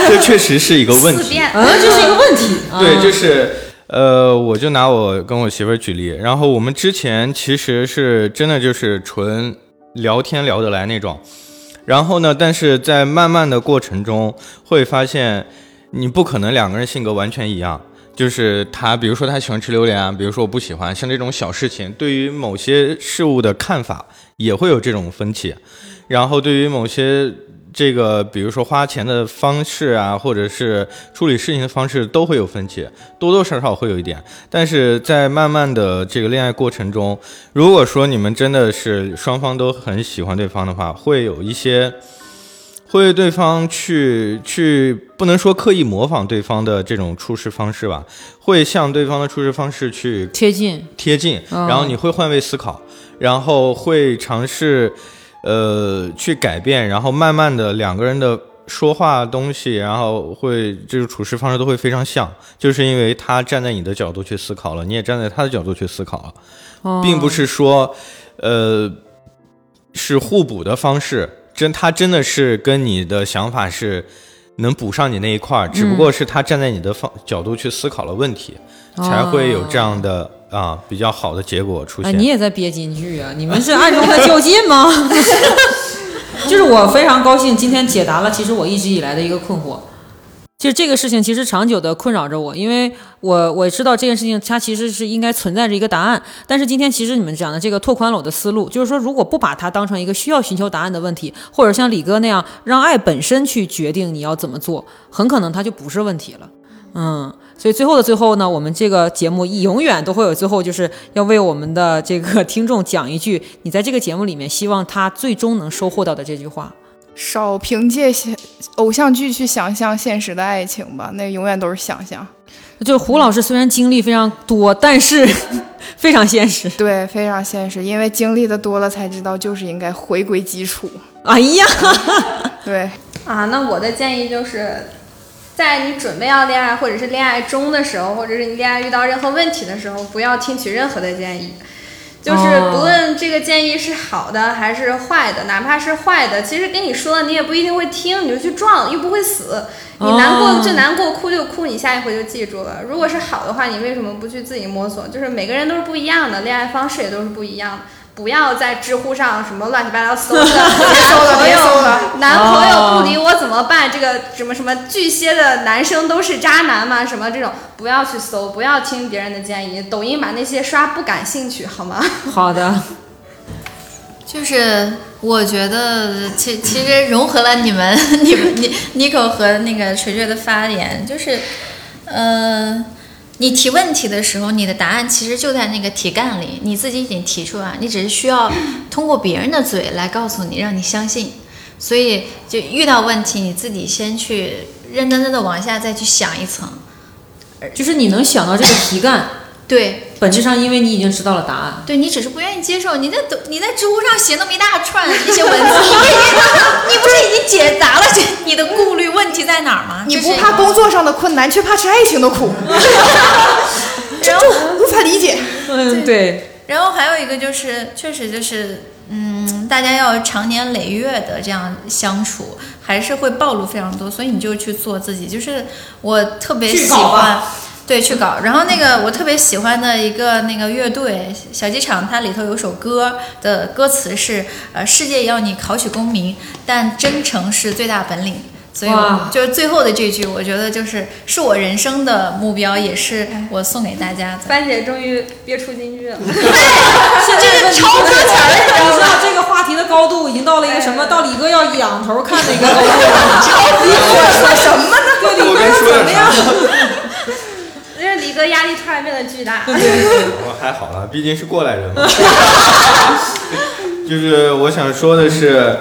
这确实是一个问
思
题。
辨，
嗯，这是一个问题。
对，就是是呃，我就拿我跟我媳妇儿举例，然后我们之前其实是真的就是纯聊天聊得来那种，然后呢，但是在慢慢的过程中会发现，你不可能两个人性格完全一样。就是他，比如说他喜欢吃榴莲啊，比如说我不喜欢，像这种小事情，对于某些事物的看法也会有这种分歧。然后对于某些这个，比如说花钱的方式啊，或者是处理事情的方式，都会有分歧，多多少少会有一点。但是在慢慢的这个恋爱过程中，如果说你们真的是双方都很喜欢对方的话，会有一些。会对对方去去，不能说刻意模仿对方的这种处事方式吧，会向对方的处事方式去
贴近。
贴近，
嗯
然后你会换位思考，然后会尝试呃去改变，然后慢慢的两个人的说话东西，然后会这种处事方式都会非常像，就是因为他站在你的角度去思考了，你也站在他的角度去思考了，
哦
并不是说呃是互补的方式，真他真的是跟你的想法是。能补上你那一
嗯
块儿，只不过是他站在你的方角度去思考了问题，
哦
才会有这样的啊比较好的结果出
哎，
现。
你也在憋金句啊？你们是暗中在较劲 吗？ 就是我非常高兴今天解答了，其实我一直以来的一个困惑。就这个事情其实长久的困扰着我，因为我我知道这件事情它其实是应该存在着一个答案，但是今天其实你们讲的这个拓宽了我的思路，就是说如果不把它当成一个需要寻求答案的问题，或者像李哥那样让爱本身去决定你要怎么做，很可能它就不是问题了。嗯，所以最后的最后呢，我们这个节目永远都会有最后，就是要为我们的这个听众讲一句，你在这个节目里面希望他最终能收获到的这句话。
少凭借现偶像剧去想象现实的爱情吧，那永远都是想象。
就是胡老师虽然经历非常多， 但是非常现实。
对，非常现实，因为经历的多了才知道，就是应该回归基础。
哎呀，
对，
啊，那我的建议就是，在你准备要恋爱，或者是恋爱中的时候，或者是你恋爱遇到任何问题的时候，不要听取任何的建议。就是
哦
不论这个建议是好的还是坏的，哪怕是坏的，其实跟你说了你也不一定会听，你就去撞，又不会死。你难过就难过，哭就哭，你下一回就记住了。如果是好的话，你为什么不去自己摸索？就是每个人都是不一样的，恋爱方式也都是不一样的。不要在知乎上什么乱七八糟搜的，
搜了别
男
搜
朋
了
友男朋友不理我怎么办？这个什么什么巨蟹的男生都是渣男吗？什么这种不要去搜，不要听别人的建议，抖音把那些刷不感兴趣好吗？
好的，
就是我觉得其其实融合了你们、你们、你 Nico 和那个锤锤的发言，就是，呃，你提问题的时候，你的答案其实就在那个题干里，你自己已经提出来，你只是需要通过别人的嘴来告诉你，让你相信。所以就遇到问题，你自己先去认真真的往下再去想一层。
就是你能想到这个题干，
对，
本质上因为你已经知道了答案。
对你只是不愿意接受，你在抖你在知乎上写那么一大 串一些文字，你你不是已经解答了这你的顾虑问题在哪儿吗？
你
这
不
是
怕工作上的困难，却怕吃爱情的 苦，这这无法理解。
嗯，对，
然后还有一个就是，确实就是，嗯，大家要长年累月的这样相处，还是会暴露非常多，所以你就去做自己。就是我特别
去
喜
搞吧
欢，对，去搞。然后那个我特别喜欢的一个那个乐队小机场，它里头有首歌的歌词是，呃，世界要你考取功名，但真诚是最大本领。所以我
哇
就是最后的这句，我觉得就是是我人生的目标，也是我送给大家的。
帆姐终于憋出金 句了，
现在超值钱了，你知道这个话题的高度已经到了一个什么？到李哥要仰头看的一个高度了。哎超级说什么呢？对，李
我
哥
该
要
说
怎
点
么
啥
样？
因为李哥压力突然变得巨 大。
我还好啦，毕竟是过来人嘛。 就是我想说的是，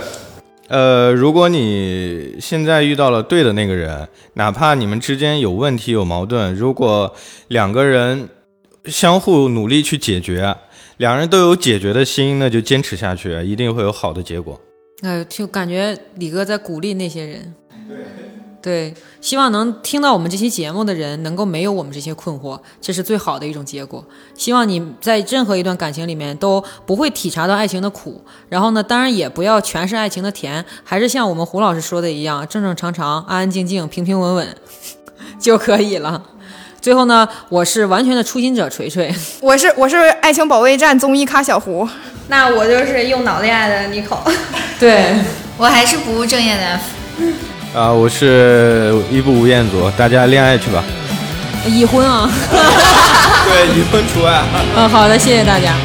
呃，如果你现在遇到了对的那个人，哪怕你们之间有问题、有矛盾，如果两个人相互努力去解决，两人都有解决的心，那就坚持下去，一定会有好的结果。
哎，就感觉李哥在鼓励那些人。对，希望能听到我们这期节目的人能够没有我们这些困惑，这是最好的一种结果。希望你在任何一段感情里面都不会体察到爱情的苦，然后呢，当然也不要全是爱情的甜，还是像我们胡老师说的一样，正正常常、安安静静、平平稳稳 就可以了。最后呢，我是完全的初心者锤锤，
我是我是爱情保卫战综艺咖小胡，
那我就是用脑恋爱的 n i c o
对，
我还是不务正业的 F。
啊、我是一步吴彦祖，大家恋爱去吧，
已婚啊，
对，已婚除外。
嗯，好的，谢谢大家。